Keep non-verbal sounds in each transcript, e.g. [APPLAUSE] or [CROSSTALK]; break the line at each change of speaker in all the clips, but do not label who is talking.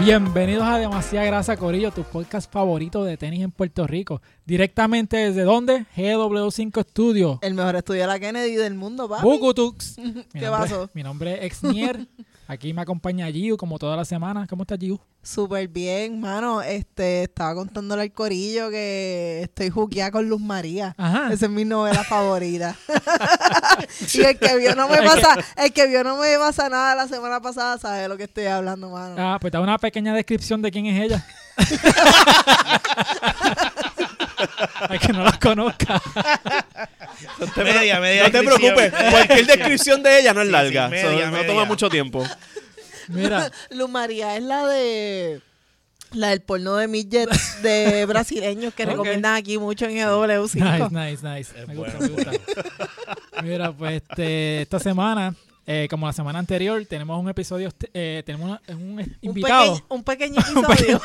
Bienvenidos a Demasiada Grasa Corillo, tu podcast favorito de tenis en Puerto Rico. Directamente desde dónde? GW5 Studio.
El mejor estudio de la Kennedy del mundo, papi. [LAUGHS]
Bucutux. Mi
¿Qué
nombre-
pasó?
Mi nombre es Exnier. Aquí me acompaña Giu como todas las semanas. ¿Cómo estás Giu?
Súper bien, mano. Este, estaba contándole al corillo que estoy juqueada con Luz María.
Ajá.
Esa es mi
[LAUGHS]
novela favorita. [LAUGHS] y el que vio no me pasa, el que vio no me pasa nada la semana pasada sabe de lo que estoy hablando, mano.
Ah, pues da una pequeña descripción de quién es
[LAUGHS]
ella. [LAUGHS] Al que no la conozca.
Media, media
No te
descripción.
preocupes, cualquier descripción de ella no es
Sí,
larga.
sí, media,
so, no
media.
toma mucho tiempo.
Mira,
[LAUGHS] Luz María es la de la del porno de midgets de
[LAUGHS]
brasileños que
Ok.
recomiendan aquí mucho en E GW5.
nice, nice, nice. Me
Es
gusta,
bueno,
me gusta. Mira, pues este, esta semana, eh, como la semana anterior, tenemos un episodio, eh, tenemos una- un
Un,
invitado. [LAUGHS]
peque- un pequeño episodio.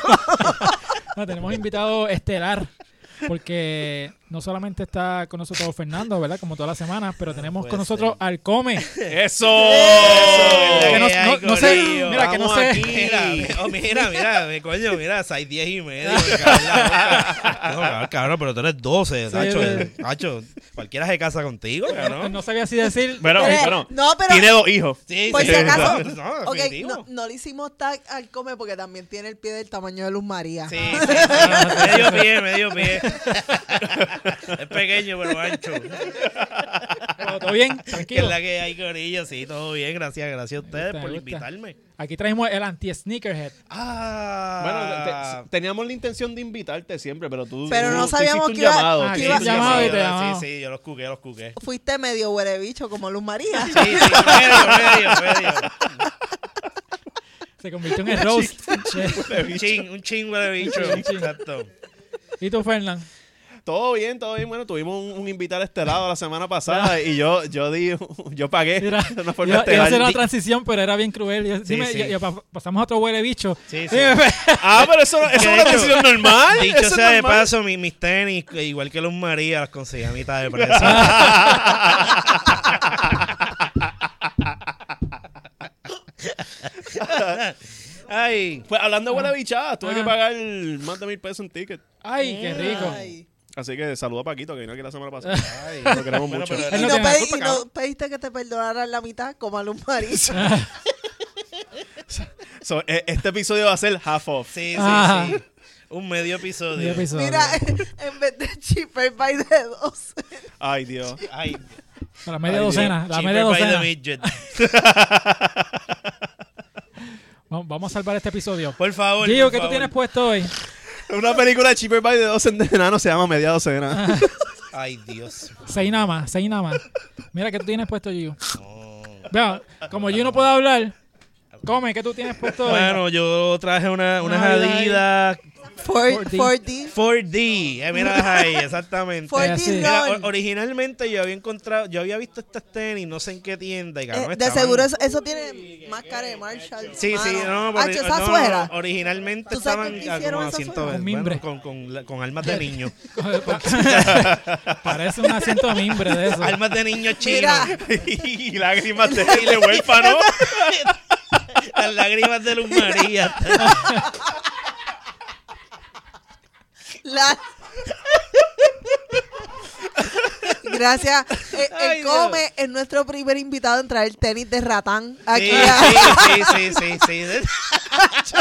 No, tenemos invitado estelar. Porque no solamente está con nosotros Fernando, ¿verdad? Como todas las semanas, pero tenemos
puede
con nosotros al
[LAUGHS]
Come.
¡Eso!
Que no-
Eh, ay,
no- no sé,
corillo,
mira, que no
vamos
sé.
aquí. Mira, oh, mira, mira, me- coño, mira, 6, 10 y medio. me cago en la boca. No, cabrón, cabrón, pero tú eres 12,
Sí,
Nacho.
pero-
Nacho, cualquiera se casa contigo,
pues No,
cabrón.
sabía si
[LAUGHS]
decir.
Bueno,
Pero-
bueno,
no, pero
tiene dos hijos.
Sí,
Por
sí,
si acaso,
No,
Ok,
definitivo.
no, no le hicimos tag al come porque también tiene el pie del tamaño de Luz María. [LAUGHS]
Sí, sí, sí, medio pie, medio pie. Es pequeño, pero ancho.
Todo bien,
[LAUGHS] Que es
tranquilo.
la que hay, corillo. Sí, todo bien. Gracias, gracias a ustedes
gusta,
por
me gusta.
invitarme.
Aquí trajimos el anti-sneakerhead.
Ah.
Bueno, te- te- teníamos la intención de invitarte siempre, pero tú.
Pero no
tú hiciste
sabíamos
un
que iba-
llamado,
Ah,
tú
que iba
hiciste un
a llamar.
llamado.
y te llamaba.
Sí, sí, yo los cuqué, los cuqué.
Fuiste medio huerebicho como Luz María.
[LAUGHS] Sí, sí, medio, medio,
Se convirtió en
[LAUGHS]
el roast.
medio. Un ching, un chingo de bicho.
Un chin.
Exacto.
[LAUGHS] ¿Y tú, Fernán?
Todo bien, todo bien. Bueno, tuvimos un, un invitado estelado la semana pasada y yo, yo di, [LAUGHS] yo pagué
Mira,
[LAUGHS]
de una
yo,
forma
yo
estelar.
hice la
Di-
transición, pero era bien cruel. Yo-
Sí,
dime,
sí.
yo- yo pa- pasamos a otro huele bicho.
Sí, sí.
Dime,
[LAUGHS]
Ah, pero eso,
[LAUGHS]
eso
Que
es una
dicho-
decisión normal.
Dicho
eso
sea
es
de
normal.
paso, mi- mis tenis, que igual que los María, las conseguí a mitad de precio. Ay,
Pues hablando de buena bichada, tuve que
Ah.
pagar más de mil pesos en ticket.
Ay, qué rico.
Ay.
Así que saludo a Paquito que vino aquí la semana pasada. eh,
ay.
Lo queremos
Bueno,
mucho.
pero
Y
no
no,
tiene la
pedi-
culpa,
y no
cabrón.
pediste que te perdonaran la mitad como a Luz María.
So, e- este episodio va a ser half off.
Sí, sí,
Ah.
sí. Un medio episodio.
Qué episodio.
[LAUGHS] Mira, en vez de cheaper by de dos.
Ay, Dios.
Ay,
La media
Ay, Dios.
docena. La media
cheaper by the
docena.
midget.
Vamos vamos a salvar este episodio.
Por favor.
Digo,
por
¿qué tú
favor.
tienes puesto
[LAUGHS]
hoy? [LAUGHS]
Una película de Cheaper by de docena de enano se llama Media Docena.
Ay, Dios.
Seis nada más, seis nada más. Mira que tú tienes puesto, Gio.
No.
Vea, como Gio no puede hablar, come, ¿qué tú tienes puesto? hoy?
Bueno, yo traje una, unas
Ay, ay.
Adidas
4D.
4D.
4D. Eh, mira las ahí, exactamente.
4D
sí.
Mira,
Roll.
o- originalmente yo había encontrado, yo había visto estas tenis, no sé en qué tienda. Y, cabrón,
Eh, de
estaban-
seguro eso, eso tiene más cara de Marshall.
Sí, sí,
mano.
no, porque-
Hacho,
no,
esa
no,
suera.
originalmente
¿Tú sabes
estaban
con qué
a
hicieron
como a
esa
100
suela?
bueno,
Con mimbre.
con, con la- con almas de niño.
[LAUGHS] Parece un asiento de mimbre de eso.
almas de niño chino.
Mira,
[LAUGHS] [LAUGHS] y lágrimas de él, huérfano.
Las lágrimas de Luz María.
La... Gracias. Eh, El,
Ay, Dios.
Come es nuestro primer invitado en traer tenis de ratán aquí
Sí,
a,
sí, sí, sí, sí,
[LAUGHS]
sí.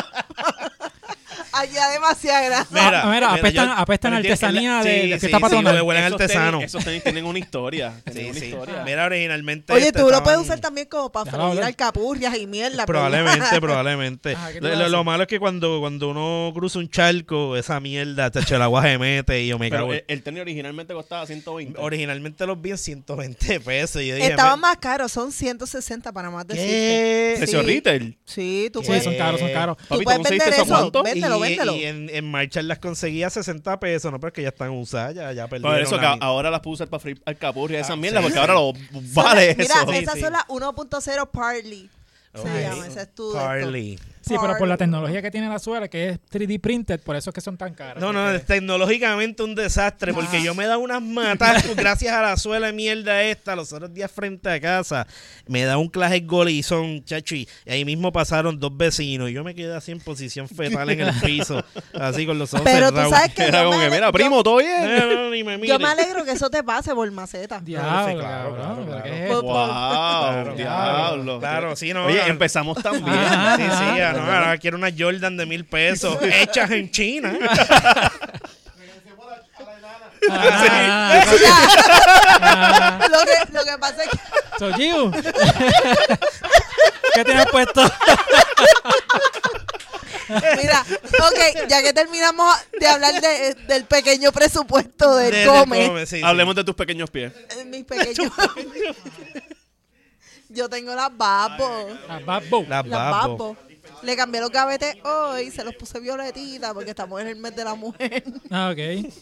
aquí a demasiada grasa.
Ah, mira, apestan- apestan
pero entiendo-
artesanía de-
sí,
de
sí,
fiesta
sí,
patronal.
huele- huelen
Esos
artesano.
tenis- Esos tenis tienen una historia. tienen
Sí, Ah.
una
sí.
historia.
Mira, originalmente.
Oye, tú
este
lo
estaban-
puedes usar también como para
Déjalo
freír
hablar.
alcapurrias y mierda. pero- [LAUGHS]
Probablemente, pues, probablemente.
Ajá, ¿qué te
Lo,
iba a
lo- lo
decir?
malo es que cuando, cuando uno cruza un charco, esa mierda, tacho, el agua se mete y yo me
Pero
cago. en-
el, el tenis originalmente costaba 120.
eh, Originalmente los vi en 120 pesos. Y yo dije,
Estaban
"Me-
más caros, son 160 para más decirte.
¿Qué?
Precio
Sí.
retail.
Sí, tú
Sí,
puedes.
son caros, son caros.
Tú
Papi,
puedes
¿tú conseguiste
vender
eso
eso,
cuánto?
véndelo,
y,
véndelo.
y en, en marcha las conseguía a 60 pesos, no, pero es que ya están usadas, ya, ya perdieron.
Por eso que
la mitad.
ahora las puse para freír al capurri esas
Ah,
mierdas,
sí,
porque
sí. [LAUGHS]
ahora lo [LAUGHS]
Son
vale
las- Mira,
eso.
esas
Sí,
son
sí.
las 1.0 Parley.
Ok.
Se llama, ese es tu de esto.
Parley.
Sí, pero por la tecnología que tiene la suela, que es 3D printed, por eso es que son tan caras.
No, no,
porque-
es tecnológicamente un desastre, porque
Ah.
yo me he dado unas matas pues, gracias a la suela de mierda esta, los otros días frente a casa, me da un clase golizón, chacho, y ahí mismo pasaron dos vecinos, y yo me quedé así en posición fetal en el piso, así con los ojos
Pero tú
cerrados.
sabes que
[LAUGHS] Era
yo
como
me,
que,
ale-
mira, primo, ¿todo bien?
No, no, ni me
yo me
mire.
alegro que eso te pase por
[LAUGHS]
maceta.
Diablo,
claro,
cabrón,
claro,
¿qué es
claro.
esto?
Wow, diablo.
Eh, Claro, sí, no.
Oye,
no.
empezamos tan bien.
Ajá,
Sí, sí,
ajá.
ah, no, ahora quiero una Jordan de mil pesos hechas
[LAUGHS]
en China. [LAUGHS]
Ah, ah,
Lo que, lo que pasa es que
ah. So, Giu. [LAUGHS] ¿Qué tienes puesto?
Mira, ok, ya que terminamos de hablar de- del pequeño presupuesto del
De- de
Pues Come,
sí, sí.
Hablemos de tus pequeños pies.
eh, mis pequeños. [LAUGHS] Yo tengo las babos.
La Bad Bow.
Las
Las babos.
babos.
Le cambié los gavetes hoy, se los puse violetita porque estamos en el mes de la mujer.
Ah, ok. El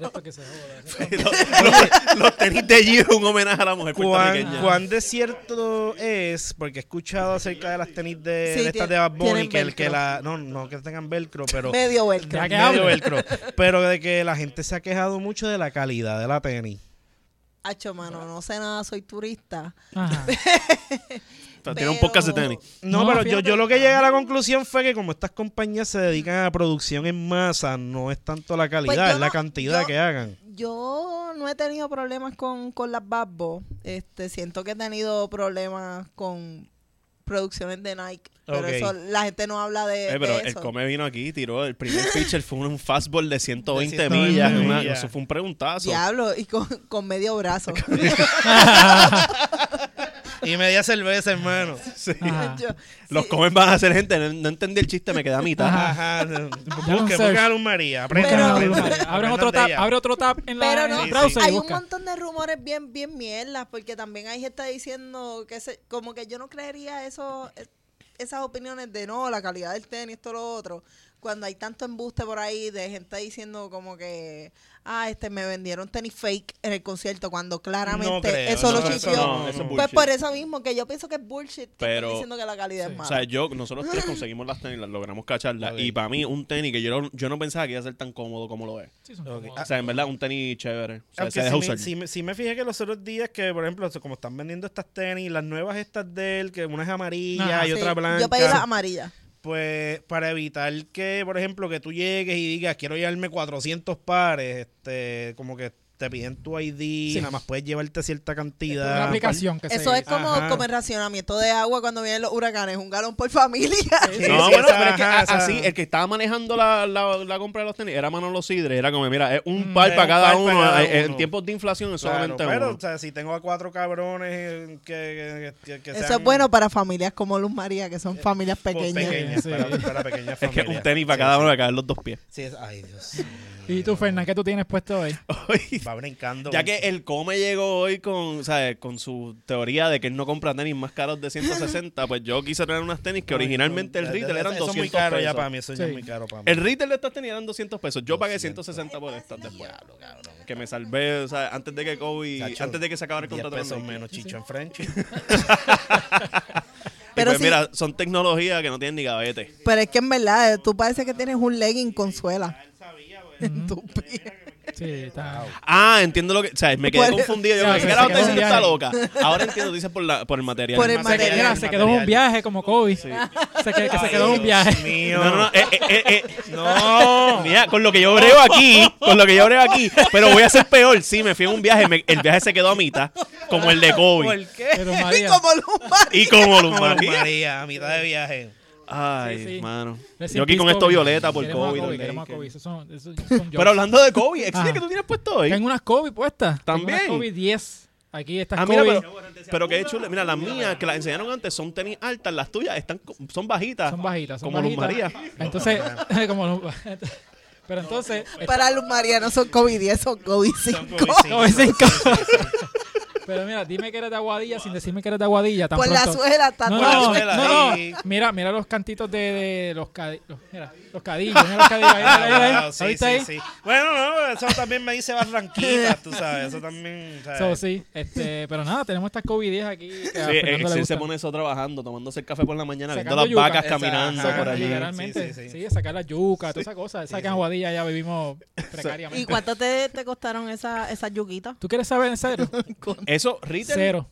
resto que se joda.
[LAUGHS] los, los tenis de Gio, un homenaje a la mujer
¿Cuán,
puertorriqueña.
cuán desierto es? Porque he escuchado acerca de las tenis de, de
Sí,
estas
tien-
de Bad Bunny
tienen
que, el, que
velcro.
la, no, no que tengan velcro, pero
Medio vuelta.
Ya que
medio
hablen.
[LAUGHS] velcro, pero de que la gente se ha quejado mucho de la calidad de la tenis.
Hacho, mano, no sé nada, soy turista.
Ajá.
Tiene un
pero-
podcast de tenis.
No,
No,
pero yo,
fíjate.
yo lo que llegué a la conclusión fue que como estas compañías se dedican a producción en masa, no es tanto la calidad,
Pues yo
es la
no-
cantidad
yo-
que hagan.
Yo no he tenido problemas con, con las babos. Este, siento que he tenido problemas con producciones de Nike. Pero
Ok.
eso, la gente no habla de,
Eh, pero
de
el
eso.
come vino aquí, tiró el primer pitcher, fue un fastball de
De
120,
120
millas. una-
millas.
eso fue un preguntazo.
Diablo, y con, con medio
[LAUGHS]
brazo.
Y media cerveza, hermano.
Ajá.
[LAUGHS] Yo-
Los
sí,
comen van a ser gente. No, no entendí el chiste, me quedé a mitad.
Ajá. Busque,
search.
busque a Luz María. Aprenda,
Pero-
aprenda,
Abre
aprendan
otro
de
tab,
ella.
abre otro tab en la
Pero
en el
no,
Sí, sí.
browser y
hay un
busca.
montón de rumores bien, bien mierdas, porque también hay gente diciendo que se, como que yo no creería eso, eh, esas opiniones de no, la calidad del tenis, esto, lo otro. Cuando hay tanto embuste por ahí de gente diciendo como que, ah, este, me vendieron tenis fake en el concierto, cuando claramente
No creo,
este, eso
no,
lo
eso
chipió.
no, eso es
pues por eso mismo, que yo pienso que es bullshit, que
Pero-
están diciendo que la calidad es
Sí.
O
mala.
sea, yo, nosotros tres conseguimos las tenis, las logramos cacharlas.
Ok.
Y para mí, un tenis que yo no, yo no pensaba que iba a ser tan cómodo como lo es.
Sí, son
Ok.
como-
O sea, en verdad, un tenis chévere. O sea,
Ah. Aunque
se deja
sí, me,
usar.
sí me- sí me fijé que los otros días que, por ejemplo, como están vendiendo estas tenis, las nuevas estas de él, que una es amarilla
Ajá.
y
Sí,
otra blanca,
Yo pedí la amarilla.
pues para evitar que, por ejemplo, que tú llegues y digas, quiero llevarme 400 pares, este, como que te piden tu ID,
Sí.
nada más puedes llevarte cierta
Una
cantidad. Pues,
aplicación que se-
Eso es como,
Ajá.
como el racionamiento de agua cuando vienen los huracanes, un galón por familia.
Sí,
Sí,
no,
sí,
bueno,
esa-
pero es que
ajá,
a-
esa-
así, el que estaba manejando la, la, la compra de los tenis era Manolo Sidre. Era como, mira, es un
Mm,
par
es
para
un
cada
par para
uno.
cada
eh, En
uno.
tiempos de inflación es
Claro,
solamente
pero,
uno.
o sea, si tengo a cuatro cabrones eh, que, que- que- que
Eso
sean
es bueno para familias como Luz María, que son familias
po-
pequeñas.
pequeñas,
Sí.
para, para pequeñas
Es que
familias.
un tenis para
Sí,
cada
sí.
uno le caen los dos
[LAUGHS]
pies.
Sí, es- ay, Dios. mío.
Y tú, Fernan, ¿qué tú tienes puesto hoy?
Va brincando.
Ya que el Come llegó hoy con, ¿sabes? con su teoría de que él no compra tenis más caros de 160, pues yo quise traer unas tenis que originalmente el retail eran
Eso es
200
muy caro ya
pesos.
para mí, eso ya es
Sí.
muy caro para mí.
El retail de estas tenis eran 200 pesos. Yo pagué
200.
160 por estas después. Que me salvé, o sea, antes de que Kobe,
Chacho,
antes de que se acabara el
10
contrato.
pesos
con Nike.
menos chicho en French.
Y
Pero
pues
sí.
mira, son tecnologías que no tienen ni gavete.
Pero es que en verdad, eh, tú parece que tienes un legging con
Ah,
suela. [LAUGHS] En tu pie.
Sí, está.
Ah, entiendo lo que. O sea, me quedé
Pues-
confundido. Yo,
Ya,
¿qué
se-
carajo
se
está diciendo
quedó
esta
en
loca? Ahora entiendo, dice por, la, por el material.
Por el
Más se queda en
Mira,
material.
se quedó en un
material.
viaje como Kobe. Se, que- que se quedó en un
Dios
viaje.
mío.
No, no, no. eh, eh, eh, eh.
No.
[LAUGHS] Mira, con lo que yo brego aquí, con lo que yo brego aquí, pero voy a ser peor. Sí, me fui en un viaje, me- el viaje se quedó a mitad, como el de Kobe.
¿Por qué?
[LAUGHS]
Pero
Y
María,
como Luz María.
[LAUGHS]
Y como Luz
Como
María.
María, a mitad de viaje.
Ay,
Sí, sí.
hermano.
rest in
Yo aquí
peace,
con esto
Kobe.
violeta por
Queremos a
COVID.
Kobe,
los
queremos a
Lakers.
Kobe. Esos son, esos son
[LAUGHS] Pero
jokes.
hablando de COVID, ¿existe
Ajá.
que tú tienes puesto hoy?
Tengo unas Kobe puestas. Tengo unas
También.
Kobe 10. Aquí estas
Ah,
Kobe.
mira, pero, pero qué chulo. Mira, las mías que las enseñaron antes son tenis altas, las tuyas están co- son bajitas.
Son bajitas. son
como Luz
bajitas. [LAUGHS]
María.
Entonces, como Luz [LAUGHS] Pero entonces.
Para Luz María no son COVID-10, son COVID-5.
Son COVID, sí.
Kobe 5. [LAUGHS] Pero mira, dime que eres de Aguadilla sin decirme que eres de Aguadilla. Tan
Por la
pronto.
suela está
No,
todo.
[LAUGHS]
no,
suela,
no,
sí.
no. Mira, mira los cantitos de, de los, cadi- los, mira, los cadillos. Mira los cadillos. Ahí, ahí, ahí, ahí.
Ah,
Wow, sí,
Ahí está
sí,
ahí.
sí. Bueno, no, eso también me dice Barranquitas, tú sabes. Eso también. ¿sabes?
So, sí,
[LAUGHS]
este, pero nada, tenemos estas COVID-10 aquí. que a Fernando
eh, Sí,
le
Excel se
gusta.
pone eso trabajando, tomándose el café por la mañana,
Sacando
viendo las
yuca.
vacas
Exacto.
caminando
Sacando
por
Sacar-
allí.
yuca.
Literalmente, sí,
Sí, sí, sí.
sacar la yuca, todas esas cosas. Esa que en Aguadilla ya
[LAUGHS]
vivimos precariamente.
¿Y cuánto te, te costaron esa- esas yuquitas?
¿Tú quieres saber en serio?
Eso, Ritter,
Cero.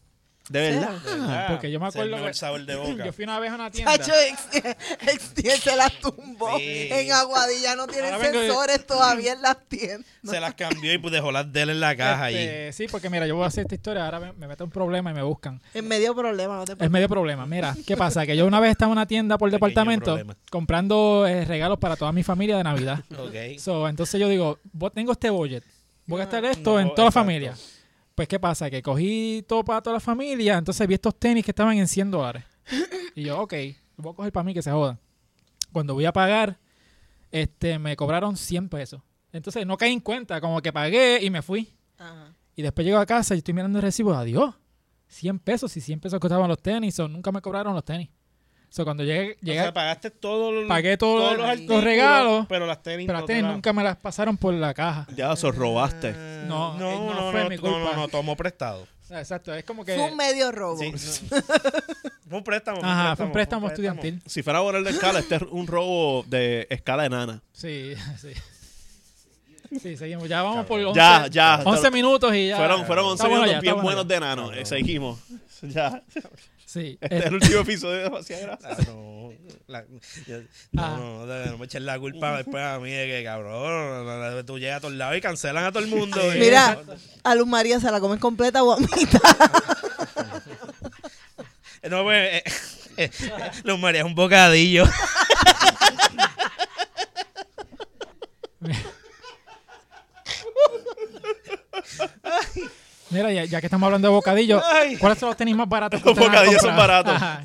de verdad.
Ah,
porque yo me
es el
acuerdo
mejor
que-
sabor de
[LAUGHS]
boca.
Yo fui una vez a una tienda.
Chacho, ex- [LAUGHS] ex- se las tumbó.
Sí.
En Aguadilla no tienen
Ahora vengo y-
sensores todavía en las
[LAUGHS]
tiendas.
Se las cambió y pues dejó las de él en la caja ahí.
Este, Sí, porque mira, yo voy a hacer esta historia, ahora me, me meto un problema y me buscan.
En medio problema, no te
Es medio problema. Mira, ¿qué pasa? Que yo una vez estaba en una tienda por departamento
problema.
comprando eh, regalos para toda mi familia de Navidad.
Ok.
So, entonces yo digo, "Voy- tengo este budget, voy a gastar esto
Ah, No,
en toda la
exacto.
familia. Pues, ¿qué pasa? Que cogí todo para toda la familia, entonces vi estos tenis que estaban en 100 dólares.
[LAUGHS]
Y yo, ok, lo voy a coger para mí que se joda. Cuando voy a pagar, este, me cobraron 100 pesos. Entonces no caí en cuenta, como que pagué y me fui.
Ajá.
Y después llego a casa y estoy mirando el recibo, adiós. 100 pesos, y 100 pesos costaban los tenis, o nunca me cobraron los tenis. So, cuando llegué,
O
llegué
sea, pagaste todo lo-
pagué todo-
todos los,
los
artículos,
regalos,
pero las tenis,
pero
no
las
te
tenis
las-
nunca me las pasaron por la caja.
Ya, eso robaste.
No, eh,
no,
no
no,
fue
no,
mi
no, no,
culpa.
no, tomó prestado.
Exacto, es como que...
Fue un medio robo.
Sí, no. [LAUGHS] Fue un préstamo.
Ajá, fue un préstamo estudiantil.
Si fuera a borrar la escala, este es un robo de escala enana.
Sí, sí. [LAUGHS] Sí, seguimos. Ya vamos por 11,
Ya, ya.
11 minutos y ya.
Fueron, fueron 11
Está bueno
minutos
ya, está
bien
bueno
buenos
ya.
de enano. Eh, Seguimos. [LAUGHS] Ya.
Sí.
Este
eh,
es el último episodio de Demasiada Grasa.
Ah, no, la- yo- no,
Ajá.
no, no, no me eches la culpa después a mí de que cabrón, no, no, tú llegas a todos lados y cancelan a todo el mundo. eh.
Sí.
Y-
Mira, a Luz María se la comen completa o a mitad.
no, pues, eh, [LAUGHS] eh, Luz María es un bocadillo.
Mira, ya, ya que estamos hablando de bocadillos,
Ay.
¿cuáles son los tenis más baratos que
Los
ustedes han
bocadillos son
comprado?
baratos.
Ajá.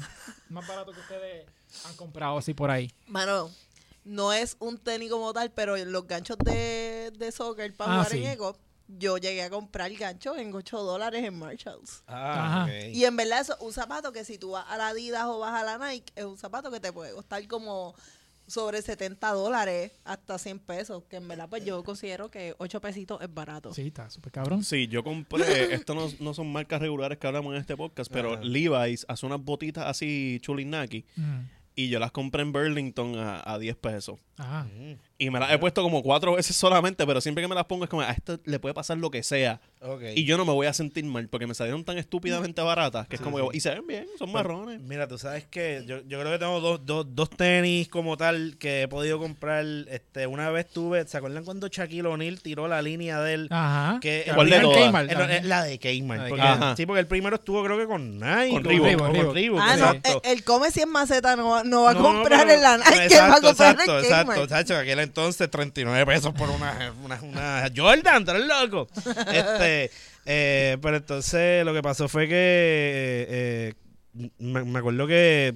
Más baratos que ustedes han comprado así por ahí.
[LAUGHS] Mano, no es un tenis como tal, pero en los ganchos de, de soccer para
Ah,
jugar
sí.
en EGO, yo llegué a comprar ganchos en 8 dólares en Marshalls.
Ah, Ajá.
Y en verdad, eso, un zapato que si tú vas a la Adidas o vas a la Nike, es un zapato que te puede costar como sobre 70 dólares hasta 100 pesos, que en verdad pues yo considero que 8 pesitos es barato.
Sí, está súper cabrón.
Sí, yo [LAUGHS] compré, esto no, no son marcas regulares que hablamos en este podcast, pero
Ajá.
Levi's hace unas botitas así chulinaki
Mm,
y yo las compré en Burlington a, a 10 pesos.
Ajá.
Y me las he puesto como cuatro veces solamente, pero siempre que me las pongo es como, a esto le puede pasar lo que sea. Y yo no me voy a sentir mal porque me salieron tan estúpidamente baratas que es como, que- y se ven bien, son marrones.
Mira, tú sabes que yo, yo creo que tengo dos, dos, dos tenis como tal que he podido comprar. Este, una vez tuve, ¿se acuerdan cuando Shaquille O'Neal tiró la línea del
Ajá.
Que-
Que
¿Cuál
había
de
en
todas?
Kmart
Eh, no, eh,
también.
la de Kmart.
La de
porque-
Kmart. Ajá.
Sí, porque el primero estuvo creo que con Nike.
Con
o-
Reebok.
o Con
Reebok.
Reebok,
Ah, no,
exacto.
el, el come 100 macetas no, va- no va a
No,
comprar
pero-
en la Nike, va a
Exacto,
comprar
exacto,
en
exacto.
Kmart.
chacho, aquel entonces 39 pesos por una, una, una Jordan, tú eres loco.
[LAUGHS]
Este, eh, pero entonces lo que pasó fue que eh, me, me acuerdo que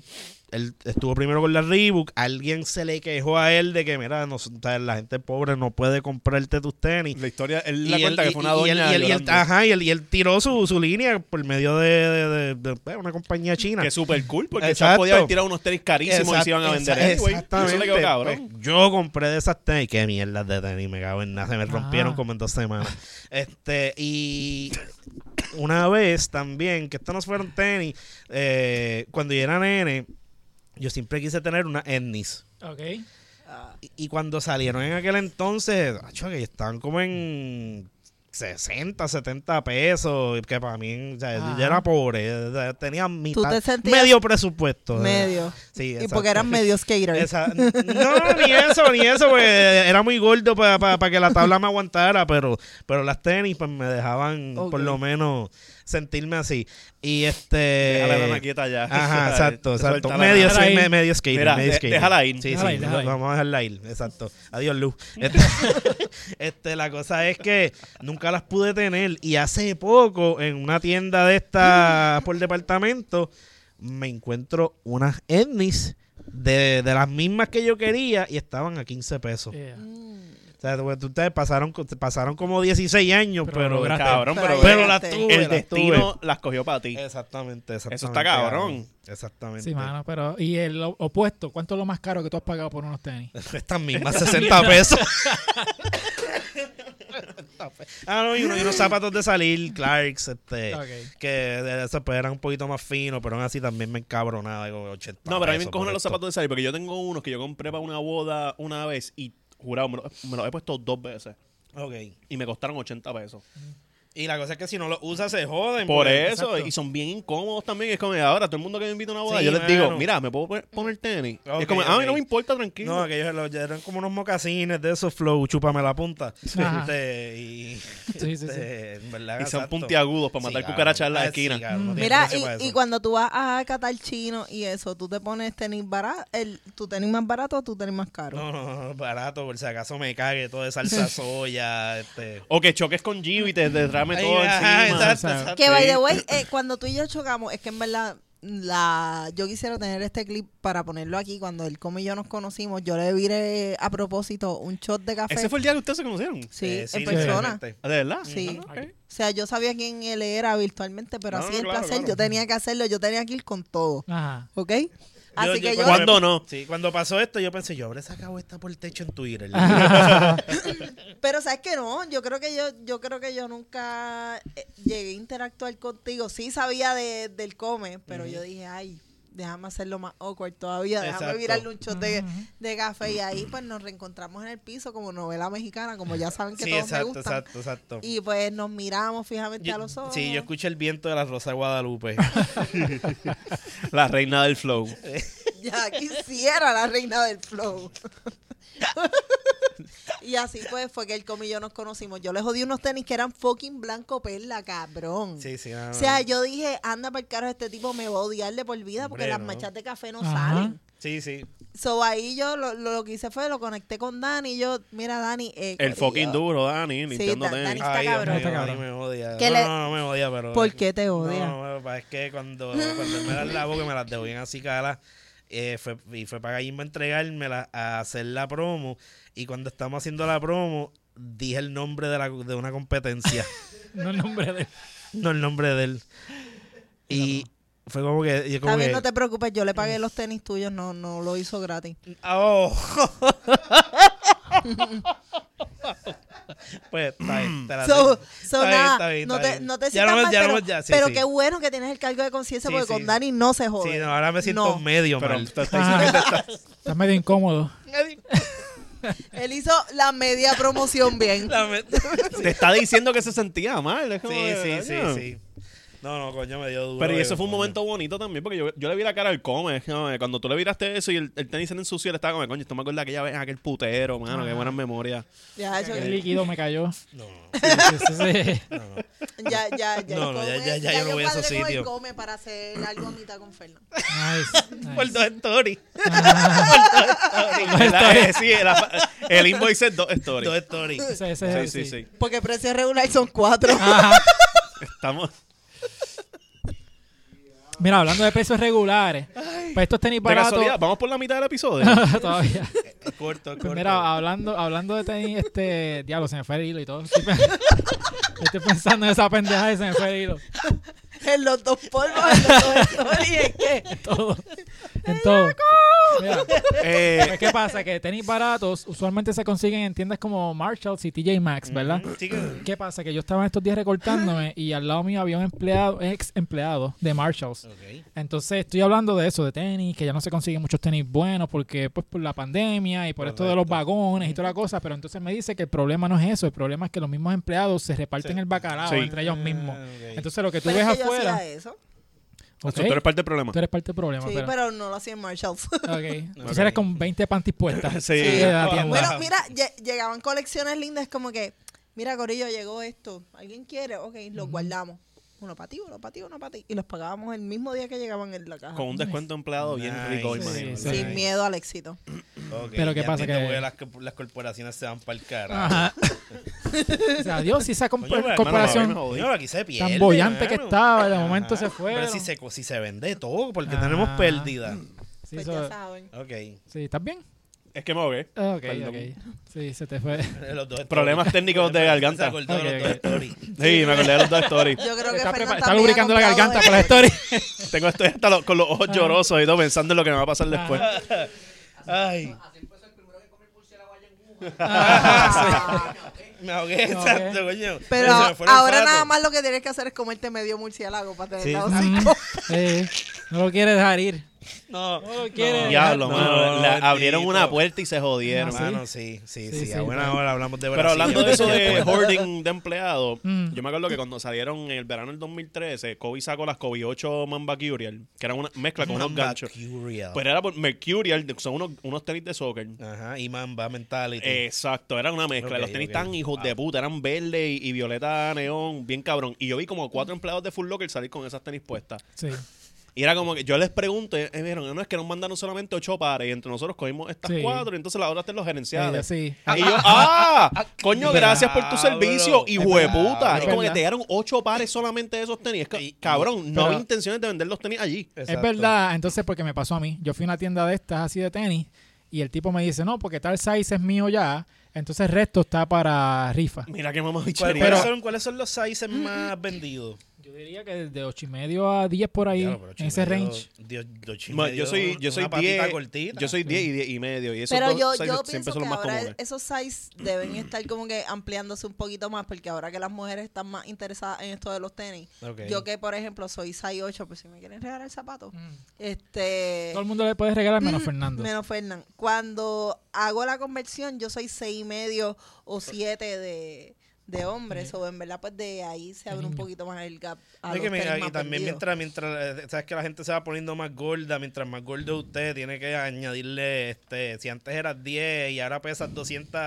él estuvo primero con la Reebok, alguien se le quejó a él de que mira, no, o sea, la gente pobre no puede comprarte tus tenis.
La historia, él
Y
la
él-
cuenta
y-
que fue una
y- y él-
doña
y él- y él-
llorando.
Ajá, y él, y él tiró su, su línea por medio de, de- de- de- de una compañía china.
Que es súper cool, porque el
Exacto.
chat podía haber tirado unos tenis carísimos y
Exact-
se iban a vender.
exa-
anyway. Eso le quedó cabrón.
Pues, yo compré de esas tenis. Qué mierda de tenis, me cago en nada. Se me rompieron
Ah.
como en dos semanas. Este, y una vez también, que estos no fueron tenis, eh, cuando yo era nene, yo siempre quise tener una etnis.
Ok.
Ah,
Y, y cuando salieron en aquel entonces, acho, que estaban como en 60, 70 pesos, que para mí, o sea,
Ajá.
yo era pobre, o sea, tenía mitad,
te sentías-
medio presupuesto.
medio.
Sí,
Y
exacto.
porque eran medio skaters.
Esa- no, ni eso, ni eso, porque era muy gordo para que la tabla me aguantara, pero, pero las tenis pues me dejaban
Ok.
por lo menos sentirme así. Y este...
Déjala la maqueta [LAUGHS] ya.
Ajá, exacto, exacto.
Suéltala.
Medio, sí,
Déjala ir.
me- medio skater,
Mira,
medio
de-
skater.
déjala ir.
Sí,
Déjala
sí,
ir, déjala ir.
vamos a dejarla ir, exacto. Adiós,
[LAUGHS]
Luz. Este, este, la cosa es que nunca las pude tener y hace poco en una tienda de esta por departamento me encuentro unas etnis de, de las mismas que yo quería y estaban a 15 pesos.
Yeah.
Mm.
sea, tú- tú- ustedes pasaron, co- pasaron como 16 años,
Pero
pero,
lo lograste.
Cabrón, pero,
pero las
Este.
tuve,
el
las
destino las cogió para ti.
tuve. este, Exactamente, exactamente.
Eso está cabrón.
Exactamente.
Sí, mano, pero. Y el o- opuesto, ¿cuánto es lo más caro que tú has pagado por unos tenis?
Estas mismas 60 pesos. [LAUGHS] ah, no, y, uno- y unos zapatos de salir, Clarks, este,
Ok.
que de- esos, pues, eran un poquito más finos, pero aún así también me encabronaba, digo, 80
No, pero a mí me
pesos
encojonan
por
los
esto.
zapatos de salir porque yo tengo unos que yo compré para una boda una vez y jurado, me lo- me los he puesto dos veces
Ok.
y me costaron 80 pesos.
Y la cosa es que si no los usas se joden.
Por
porque-
eso,
Exacto.
y son bien incómodos también. Es como ahora, todo el mundo que me invita a una boda,
Sí,
yo les
mano.
digo, mira, ¿me puedo poner- poner tenis? Y es
Ok,
como, a mí
ok.
no me importa, tranquilo.
No, aquellos los- eran como unos mocasines de esos flow, chúpame la punta.
Ajá.
Este, y,
Sí, sí, sí.
este, en verdad,
y son
exacto.
puntiagudos para
Sí,
matar
cabrón.
cucarachas en
Ah,
la
sí,
esquina.
cabrón, no tiene
Mira,
precio para
y, y
eso.
cuando tú vas a catar chino y eso, tú te pones tenis barato, el, tu tenis más barato o tu tenis más caro.
No, no, no, barato, por si acaso me cague todo de
[LAUGHS]
salsa soya, este...
O que choques con Gio y te derrame todo
Ay,
encima.
ajá, exacto,
[LAUGHS]
o sea.
exacto.
Que by the way, eh, cuando tú y yo chocamos, es que en verdad la yo quisiera tener este clip para ponerlo aquí cuando él como y yo nos conocimos, yo le viré a propósito un shot de café.
Ese fue el día que ustedes se conocieron.
Sí,
Eh,
en
sí,
persona.
realmente.
Ah, ¿De verdad?
Sí.
Ah, ok.
O sea, yo sabía quién él era virtualmente, pero
No,
así
no,
el
claro,
placer
claro.
yo tenía que hacerlo, yo tenía que ir con todo,
Ajá.
¿ok? Así que yo,
¿Cuándo no?
Sí, cuando pasó esto yo pensé, yo habré sacado esta por el techo en Twitter.
pero sabes que no, yo creo que yo, yo creo que yo nunca eh, llegué a interactuar contigo. Sí sabía de, del come, pero yo dije, ay, déjame hacerlo más awkward todavía, déjame
Exacto.
virarle un shot de,
Ujú.
de café y ahí pues nos reencontramos en el piso como novela mexicana, como ya saben que
Sí,
todos me
exacto,
gustan.
exacto, exacto.
Y pues nos miramos fijamente a
Yo-
los ojos.
sí, yo escuché el viento de la Rosa de Guadalupe.
La reina del flow.
[LAUGHS] Ya quisiera la reina del flow. [LAUGHS] y así pues fue que el comi y yo nos conocimos. Yo le jodí unos tenis que eran fucking blanco perla, cabrón.
Sí, sí, no,
O
no.
sea, yo dije, anda para el carro, este tipo me va a odiar de por vida porque
Hombre,
las
no.
machas de café no
Ajá.
salen.
Sí, sí.
So ahí yo lo, lo, lo que hice fue, lo conecté con Dani y yo, mira Dani, eh,
El fucking
corillo,
duro, Dani, Nintendo
da-
Tenis.
Dani- Está
Dios
cabrón.
mío,
Está
Dani
cabrón.
me odia.
¿Qué
no,
le-
no, no me odia, pero...
¿Por qué te odia?
No, no, es que cuando, cuando él me das la boca, me las debo bien así cara. Eh, fue, y fue para Gallimba entregármela a hacer la promo. Y cuando estamos haciendo la promo, dije el nombre de, la, de
[LAUGHS]
una competencia.
No el nombre de.
no el nombre de él. Y fue como que. Yo como
También
que
no te preocupes, yo le pagué los tenis tuyos, no, no lo hizo gratis. [LAUGHS]
¡Oh! pues está bien, te la
So,
tengo.
so
Está bien,
nada,
está bien,
no,
está
te,
bien.
no te
Ya
sientas
no me-
mal,
ya no
pero,
me- ya, sí,
pero
sí.
qué bueno que tienes el cargo de conciencia
Sí,
porque
sí.
con Dani no se jode.
Sí, no, ahora me siento
No.
medio
Pero
mal. [LAUGHS]
te está diciendo que te
Ah,
está-
Estás [LAUGHS] medio incómodo.
Él hizo la media promoción bien.
[LAUGHS] La me-
[LAUGHS] te está diciendo que se sentía mal. es como
Sí, sí,
de-
sí,
coño.
sí. No, no, coño, me dio duro.
Pero y
digo,
eso fue un
coño.
momento bonito también, porque yo, yo le vi la cara al come. ¿no? Cuando tú le viraste eso y el, el tenis se le ensució, le estaba como, coño, esto me acuerda aquella vez, aquel putero, mano,
Ah.
qué
[LAUGHS]
buenas memorias.
Ya, yo-
El líquido me cayó.
No, no,
[LAUGHS] Sí, sí, sí.
no, no.
ya, ya, ya.
No, no,
come-
ya- ya- ya yo no voy a
cuadré
esos
con el
sitios.
Come para hacer algo a mitad
[LAUGHS]
con Fernando.
Nice, nice.
Por dos stories. Ah,
[LAUGHS] La- eh, sí, la- el invoice es dos
Dos
stories.
stories.
Ese- ese
Sí,
es
sí,
el-
sí.
Porque precio regular son cuatro.
Ajá.
Estamos.
Mira, hablando de precios regulares, pues estos tenis
De
baratos.
casualidad, vamos por la mitad del
[LAUGHS]
episodio. [LAUGHS]
Todavía.
Corto, corto.
Pues mira, hablando, hablando de tenis, este. Diablo, se me [LAUGHS] fue el hilo y todo. Estoy, pe- estoy pensando en esa pendeja y se me fue el hilo.
[LAUGHS] en los dos polvos, en los dos
[LAUGHS]
stories. Es que
Todo. En todo. Mira,
Eh,
pues, ¿Qué pasa? Que tenis baratos usualmente se consiguen en tiendas como Marshalls y TJ Maxx, ¿verdad?
Sí que-
¿Qué pasa? Que yo estaba estos días recortándome y al lado mío había un empleado, ex empleado de Marshalls.
Ok.
Entonces estoy hablando de eso, de tenis, que ya no se consiguen muchos tenis buenos porque pues por la pandemia y por esto de los vagones y toda la cosa, pero entonces me dice que el problema no es eso, el problema es que los mismos empleados se reparten el bacalao
Sí.
entre ellos mismos.
Ah, ok.
Entonces lo que tú
pero
ves
es que yo
afuera,
hacía eso.
Ok,
Tú eres parte del problema.
tú eres parte del problema,
Sí,
pero,
pero no lo hacía en [LAUGHS] Marshalls.
[LAUGHS]
ok. Entonces eres con 20 panties puestas.
Sí.
de la
Ah,
tienda.
Bueno, mira, lle- llegaban colecciones lindas como que, mira, Corillo, llegó esto. ¿Alguien quiere? Ok, los guardamos. Uno para ti, uno para ti, uno para ti. Y los pagábamos el mismo día que llegaban en la caja.
Con un descuento empleado bien
Nice.
rico,
Sí,
imagino.
sí.
Sin miedo al éxito.
Ok,
Pero ¿qué
ya
pasa
entiendo
que- Ah,
por qué las, co- las corporaciones se van para el carajo.
Ajá. [LAUGHS] o sea, Dios, si esa comp-
Coño, pues, pero,
pues, corporación
hermano,
Coño, pero aquí se pierde,
tan bollante que
mano.
estaba, de momento se Ah.
Ajá.
fue.
Pero si se, co- si se vende todo, porque
Ajá.
tenemos pérdida.
Sí,
Pues
eso-
ya saben.
Ok. [LAUGHS]
sí, ¿estás bien?
Es que me ahogué.
Ah, Ok,
Perdón.
ok. Sí, se te fue. [LAUGHS]
Los dos
Problemas técnicos de garganta.
Se acordó, los
Ok,
dos
ok.
stories.
Sí, me acordé de los dos stories.
Yo creo que
Está,
Fernan
prepa- está
también ha
lubricando la
comprado
garganta
el-
para la story.
Tengo esto hasta lo- con los ojos
Ah.
llorosos y todo pensando en lo que me va a
[LAUGHS]
pasar después.
Ay,
[LAUGHS]
Ah.
me ahogué,
Me ahogué.
exacto, coño.
Pero
Se me fue el
ahora
olfato.
nada más lo que tienes que hacer es comerte medio murciélago para tener
Sí.
la
Mm,
hocico.
eh, no lo quiere dejar ir.
No,
No lo quiere.
Diablo,
No,
mano. La-
bendito.
abrieron una puerta y se jodieron.
¿Ah, sí?
Hermano, sí, sí,
Sí,
sí.
sí,
a buena
claro.
hora hablamos de
Pero
Brasil.
hablando de eso
[LAUGHS]
de [LAUGHS]
Después.
hoarding de empleados,
Mm.
yo me acuerdo que cuando salieron en el verano del 2013, Kobe sacó las Kobe 8 Mamba Curial, que eran una mezcla con unos
Mamba
ganchos.
Curial.
Pero era por Mercurial, de- son unos, unos tenis de soccer.
Ajá, y Mamba Mentality.
Exacto, era una mezcla.
Ok,
los tenis
ok.
tan hijos de puta, eran verde y, y violeta neón, bien cabrón. Y yo vi como cuatro empleados de Full Locker salir con esas tenis puestas.
Sí.
Y era como que yo les pregunto, y ellos me dijeron, no, es que nos mandaron solamente ocho pares, y entre nosotros cogimos estas
Sí.
cuatro, y entonces las otras te los
Ella
gerenciales.
eh, sí.
[LAUGHS]
Y yo, ¡ah! Coño,
Diablo.
gracias por tu servicio, hijo de puta.
Es
Es como que
verdad.
te dieron ocho pares solamente de esos tenis. Es que,
Y- y-
cabrón, no
pero-
había intenciones de vender los tenis allí.
Es verdad, entonces porque me pasó a mí. Yo fui a una tienda de estas así de tenis y el tipo me dice, no, porque tal size es mío ya, entonces el resto está para rifa.
Mira qué mamá
¿Cuál-
Pero-
¿Cuáles, son, ¿Cuáles son los sizes
Mm,
más vendidos?
Yo diría que de 8 y medio a 10 por ahí,
Diablo, pero
en ese
chimedio-
range.
Dios, Dios,
Ma,
chimedio,
yo soy, yo soy
una patita
10.
cortita.
Yo soy 10 y, 10 y medio. Y esos
Pero
dos
yo,
sizes
yo
siempre
pienso
son
que
los más
ahora
comunes.
esos size deben estar como que ampliándose un poquito más porque ahora que las mujeres están más interesadas en esto de los tenis.
Ok.
Yo que, por ejemplo, soy size 8, pues si me quieren regalar el zapato,
Mm.
este...
Todo el mundo le puede regalar menos
Mm,
Fernando.
Menos Fernán. Cuando hago la conversión, yo soy seis y medio o siete de, de hombres. O en verdad, pues de ahí se abre un
Niño.
poquito más el gap. A
Es
los
que me-
tenis
y
más
también
vendidos.
mientras, mientras eh, sabes que la gente se va poniendo más gorda, mientras más gordo usted, tiene que añadirle, este, si antes eras 10 y ahora pesas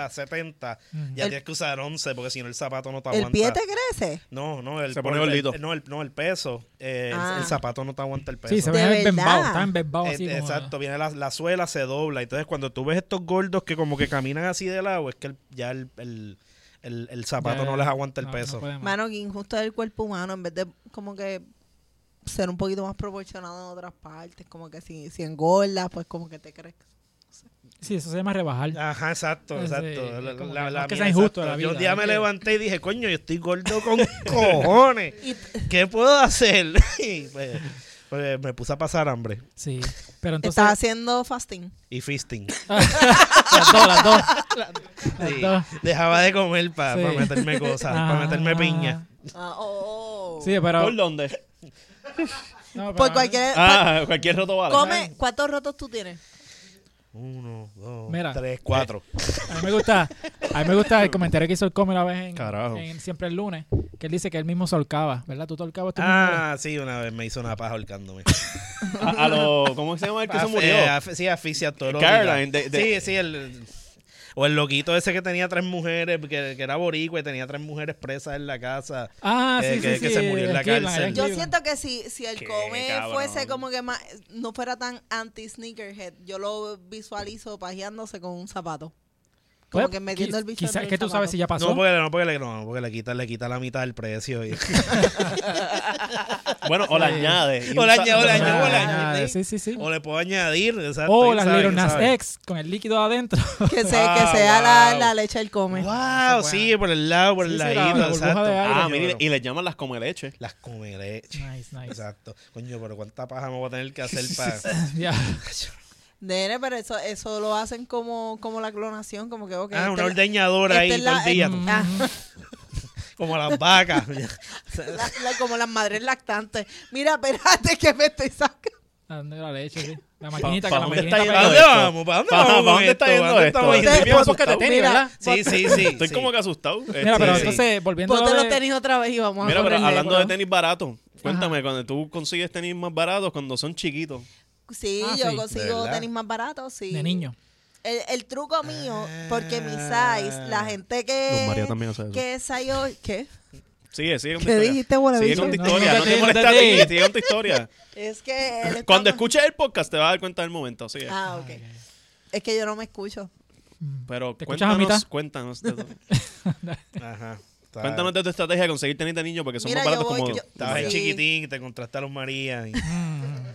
270,
Ujú.
ya
El-
tienes que usar 11 porque si no el zapato no te aguanta.
¿El pie te crece?
No, no, el,
Se pone
el- el-
gordito.
no, el, no, el peso. eh, el-
Ah.
el, zapato no te aguanta el peso.
Sí, se
De
ve embembado,
verdad.
está embembado
Eh,
así. como-
exacto, viene la, la suela, se dobla. Entonces, cuando tú ves estos gordos que como que caminan así de lado, es que el- ya el, el- el- el zapato
Ya,
no les aguanta el
no, no
peso.
puede más.
Mano, que injusto es el cuerpo humano. En vez de como que ser un poquito más proporcionado en otras partes. Como que si, si engordas, pues como que te crece.
Sí, eso se llama rebajar.
Ajá, exacto,
Sí,
exacto.
es
La-
como
la-
que
la
no es que
mía,
sea injusto
exacto.
la
Yo
vida,
un día
es
me
que-
levanté y dije, coño, yo estoy gordo
[LAUGHS]
con cojones. ¿Qué puedo hacer? [LAUGHS] Y pues, pues, me puse a pasar hambre
Sí, pero entonces...
Estás haciendo fasting.
y fisting.
[LAUGHS] Las dos, las dos. Las
Sí,
dos.
Dejaba de comer para
Sí.
meterme cosas, para meterme
Ah.
piña.
Ah, oh, oh.
Sí, pero...
¿Por dónde?
eh,
no, pero-
Por cualquier...
Ah, cualquier roto vale.
Come, ¿cuántos rotos tú tienes?
Uno, dos,
Mira. eh,
tres, cuatro.
A mí me gusta, a mí me gusta el comentario que hizo el Come la vez en,
Carajo.
en Siempre el Lunes, que él dice que él mismo solcaba, ¿verdad? Tú solcabas tú
Ah, sí, una vez me hizo una
[LAUGHS]
paja ahorcándome.
A, a lo, ¿Cómo se llama el que
Ah,
se
Af-
murió?
eh, af- sí, asfixia todo
Caroline, de-
Sí,
de-
sí, el... O el loquito ese que tenía tres mujeres, que, que era boricua y tenía tres mujeres presas en la casa.
mismo. Ah, sí,
eh,
sí,
que-
sí.
que se murió en la
Cleveland,
cárcel.
era en
Yo
Cleveland.
siento que si, si el
Qué
come
cabrón.
fuese como que más, no fuera tan anti-sneakerhead, yo lo visualizo pajeándose con un zapato. Como
Pues,
que metiendo
qui-
el bicho
quizá-
dentro del
que tú
zapato.
sabes si ya pasó.
No, porque, no, porque, le, no, porque le, quita, le quita la mitad del precio. y-
Bueno, o
eh,
la añade. y
O
un
la
sa-
añade, o la
Ah,
añade, o la añade.
nada, Sí, sí, sí.
[LAUGHS] o le puedo añadir. exacto,
O
y
Oh, las
sabe,
Little
y
Nas
sabe.
X con el líquido adentro. [LAUGHS]
Que, se,
Ah,
que sea la,
wow.
la leche del come.
Eso
Wow,
es
sí, por el lado, por
Sí,
el
sí, la-
ladito.
la burbuja
exacto.
de aire.
Ah,
Coño,
mira,
pero-
y le llaman las come leche.
Las comeré.
Nice, nice.
Exacto. Coño, pero cuánta paja me voy a tener
[LAUGHS]
que hacer para.
Ya.
Nene, pero eso, eso lo hacen como, como la clonación, como que ok.
ah,
esta
una
es la-
ordeñadora
esta
ahí
es
todo
la-
el día.
Mm.
eh, ah,
[LAUGHS]
[LAUGHS]
Como las vacas.
la- la- como las madres lactantes. Mira, espérate que me estoy sacando.
Dando la leche, sí. La
Pa-
maquinita
pa-
con la
¿dónde
maquinita. pegada.
está
¿Para dónde
esto?
vamos? ¿Para dónde
Ajá,
vamos?
¿para
con
dónde está
esto?
yendo
¿Dónde
esto?
estamos
Ustedes
yendo?
Ustedes
Bien
por podcast de
asustado.
tenis, ¿verdad?
Sí, sí, sí.
Estoy
sí.
como que asustado. Este,
Mira, pero
Sí, sí.
entonces, volviendo a
Ponte
lo
los
de-
tenis otra vez y vamos a
Mira, pero
ponerle
hablando de
pro.
tenis baratos, cuéntame, cuando tú consigues tenis más baratos, cuando son chiquitos.
Sí,
Ah,
yo
sí.
¿De
consigo
verdad?
tenis más baratos, sí.
de niño.
El, el
Ah.
truco mío, porque mi
Ah.
size, la gente que.
No, María también hace eso.
Que size yo- ¿Qué?
Sigue, sigue con tu
¿Qué
historia.
dijiste, huele
Sigue
bicho?
con tu
No,
historia,
no te
no te
digas,
molestes
no
a
te
ti,
digas.
sigue con
[LAUGHS]
tu historia.
Es que. él está
[LAUGHS] Cuando
más-
escuches el podcast te vas a dar cuenta del momento, sigue.
Ah, ok. Es que yo no me escucho.
Pero
¿Te escuchas a
cuéntanos,
mitad?
cuéntanos de, tu-
Ajá. Está-
cuéntanos de tu estrategia de conseguir tenis de niño porque son
Mira,
más
yo
baratos
voy-
como...
yo-
Estabas
Sí.
en chiquitín, te contrastaron María. y-
Mm.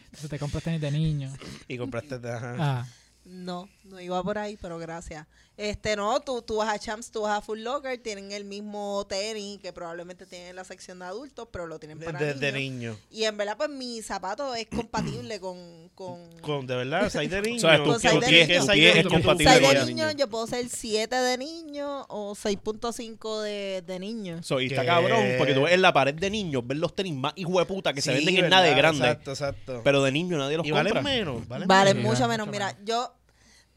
Entonces te compras tenis de niño.
Y compraste. ajá.
Ah,
No, no iba por ahí, pero gracias. Este, no, tú, tú vas a Champs, tú vas a Full Locker, tienen el mismo tenis que probablemente tienen la sección de adultos, pero lo tienen
De-
para
de, de
niños.
niño.
Y en verdad, pues mi zapato es compatible con... con...
Con, de verdad, size de niño.
O sea, tu,
Con
tu
size de
pie,
niño.
tu pie es
Size
compatible
Size
con
de
el
niño,
niño.
yo puedo ser 7 de niño o 6.5 de, de niño.
So, y está
¿Qué?
cabrón, porque tú ves en la pared de niños, ves los tenis más hijo de puta que se venden en nada de grande.
Exacto, exacto.
Pero de niño nadie los
y
compra.
valen menos. Valen
Vale,
menos.
mucho
Sí,
menos.
mucho
Mira, yo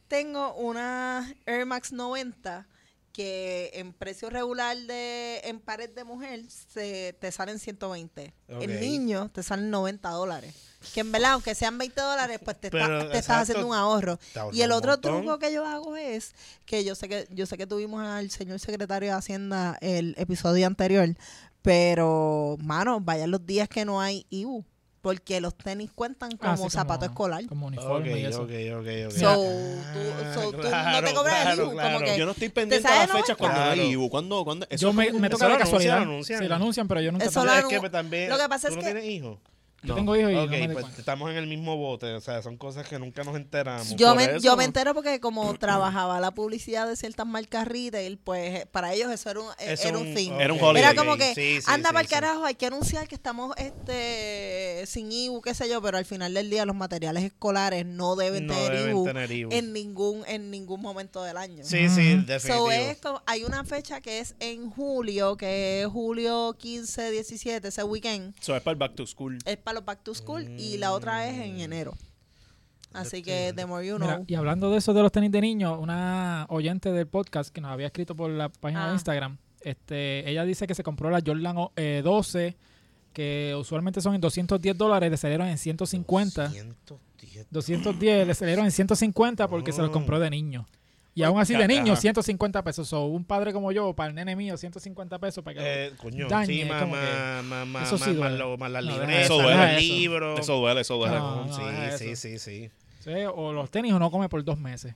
tengo una Air Max 90 que en precio regular de en pared de mujer se, te salen 120.
Ok.
El niño te salen 90 dólares. Que en verdad, aunque sean 20 dólares, pues te, está-
Pero,
te
exacto.
estás haciendo un ahorro.
Te ahorra
Y el
un
otro
montón.
truco que yo hago es que yo sé que yo sé que tuvimos al señor secretario de Hacienda el episodio anterior, pero mano, vayan los días que no hay IBU, porque los tenis cuentan como
ah, sí,
zapato escolar.
Como uniforme y
Ok,
eso.
ok, ok, ok.
So, tú- so, tú no te cobras el IBU, como que-
Yo no estoy pendiente
sale
de las
90?
fechas cuando no hay
Claro.
IBU. ¿Cuándo, cuándo? Eso
Yo me,
como-
me
eso
toca
lo
de
anuncian,
casualidad.
lo anuncian.
Sí, lo anuncian, pero yo nunca.
Eso
tengo-
lo
Es
anu-
que pues, también,
lo que pasa
¿tú
es
no
que-
tienes hijos?
Yo tengo hijos y no
ok,
me doy
pues
cuenta.
estamos en el mismo bote. O sea, son cosas que nunca nos enteramos.
Yo
por
me,
eso.
yo me entero porque como trabajaba la publicidad de ciertas marcas retail, pues eh, para ellos eso era un, eh,
Eso
era un
un-
thing.
ok,
Era un holiday.
Era como que,
Sí, sí,
anda
sí,
para el
sí.
carajo, hay que anunciar que estamos este sin IBU, qué sé yo, pero al final del día los materiales escolares no deben,
No
tener,
deben
IBU
tener IBU.
en ningún en ningún momento del año.
Sí, sí,
Ajá.
definitivo.
So, es como- hay una fecha que es en julio, que es julio 15, 17, ese weekend,
So, es para el back to school.
es para los back to school y la otra es
Mm.
en enero. Así que the more you know.
Mira, y hablando de eso de los tenis de niños, una oyente del podcast que nos había escrito por la página de
Ah.
Instagram, este, ella dice que se compró la Jordan o- eh, 12, que usualmente son en 210 dólares, le salieron en 150.
110.
210 le salieron en 150 porque se los
Oh.
compró de niño. Y aún así de
Carajo.
niño, 150 pesos. O un padre como yo, para el nene mío, 150 pesos para que lo-
Eh, coño,
Dañe,
sí,
es
más,
como
más, más,
eso
más,
sí
más,
duele.
lo- más las
No, deja
libretas,
eso,
más
deja
los
eso.
libros.
Eso duele, eso duele.
No, no,
sí,
deja
sí,
eso.
sí, sí.
Sí, o los tenis o no come por dos meses.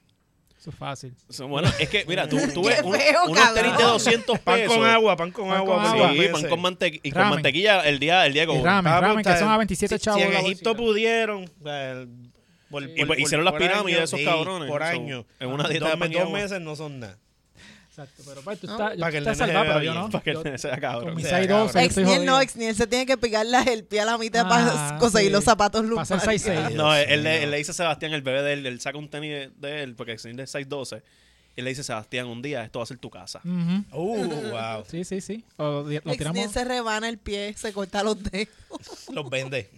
Eso es fácil.
So, Bueno, es que, mira, tú, tú ves
[LAUGHS] Qué
un,
feo,
unos tenis de
cabrón.
200
Pan
pesos.
con agua, pan con
Pan
agua.
con
por
agua.
dos
Sí, pan
meses.
con, mante- y con
Ramen.
mantequilla el día, el día
Y
que- [LAUGHS]
ramen,
Ah, pues,
ramen, que
está-
son a 27
si-
chavos.
Si en
la
Egipto
bolsita.
pudieron. eh, por-
Sí.
Y pues,
por-
hicieron las
por
pirámides
año,
esos
sí,
cabrones.
Por
So,
año.
en una dieta
dos,
de
me-
pan y
dos
agua.
meses no son nada.
Exacto, pero pues, tú
No.
estás, yo-
Para que el
estás
nene
salvado,
vea
pero yo no.
bien,
Para que
Yo-
el- sea
con
cabrón.
mis
sea,
6
cabrón.
yo estoy
Exniel
jodido.
no, Exniel se tiene que picarle el pie a la mitad
Ah,
para conseguir
sí.
los zapatos
Para hacer
lumbares.
6'6".
No,
Dios
él, le-
mío.
él le dice a Sebastián, el bebé de él, él saca un tenis de, de él, porque el tenis de 6'12, y le dice, Sebastián, un día esto va a ser tu casa.
Ujú.
Uh, wow.
Sí, sí, sí. O di- lo
Exniel
tiramos.
se rebana el pie, se corta los dedos.
[LAUGHS] Los vende.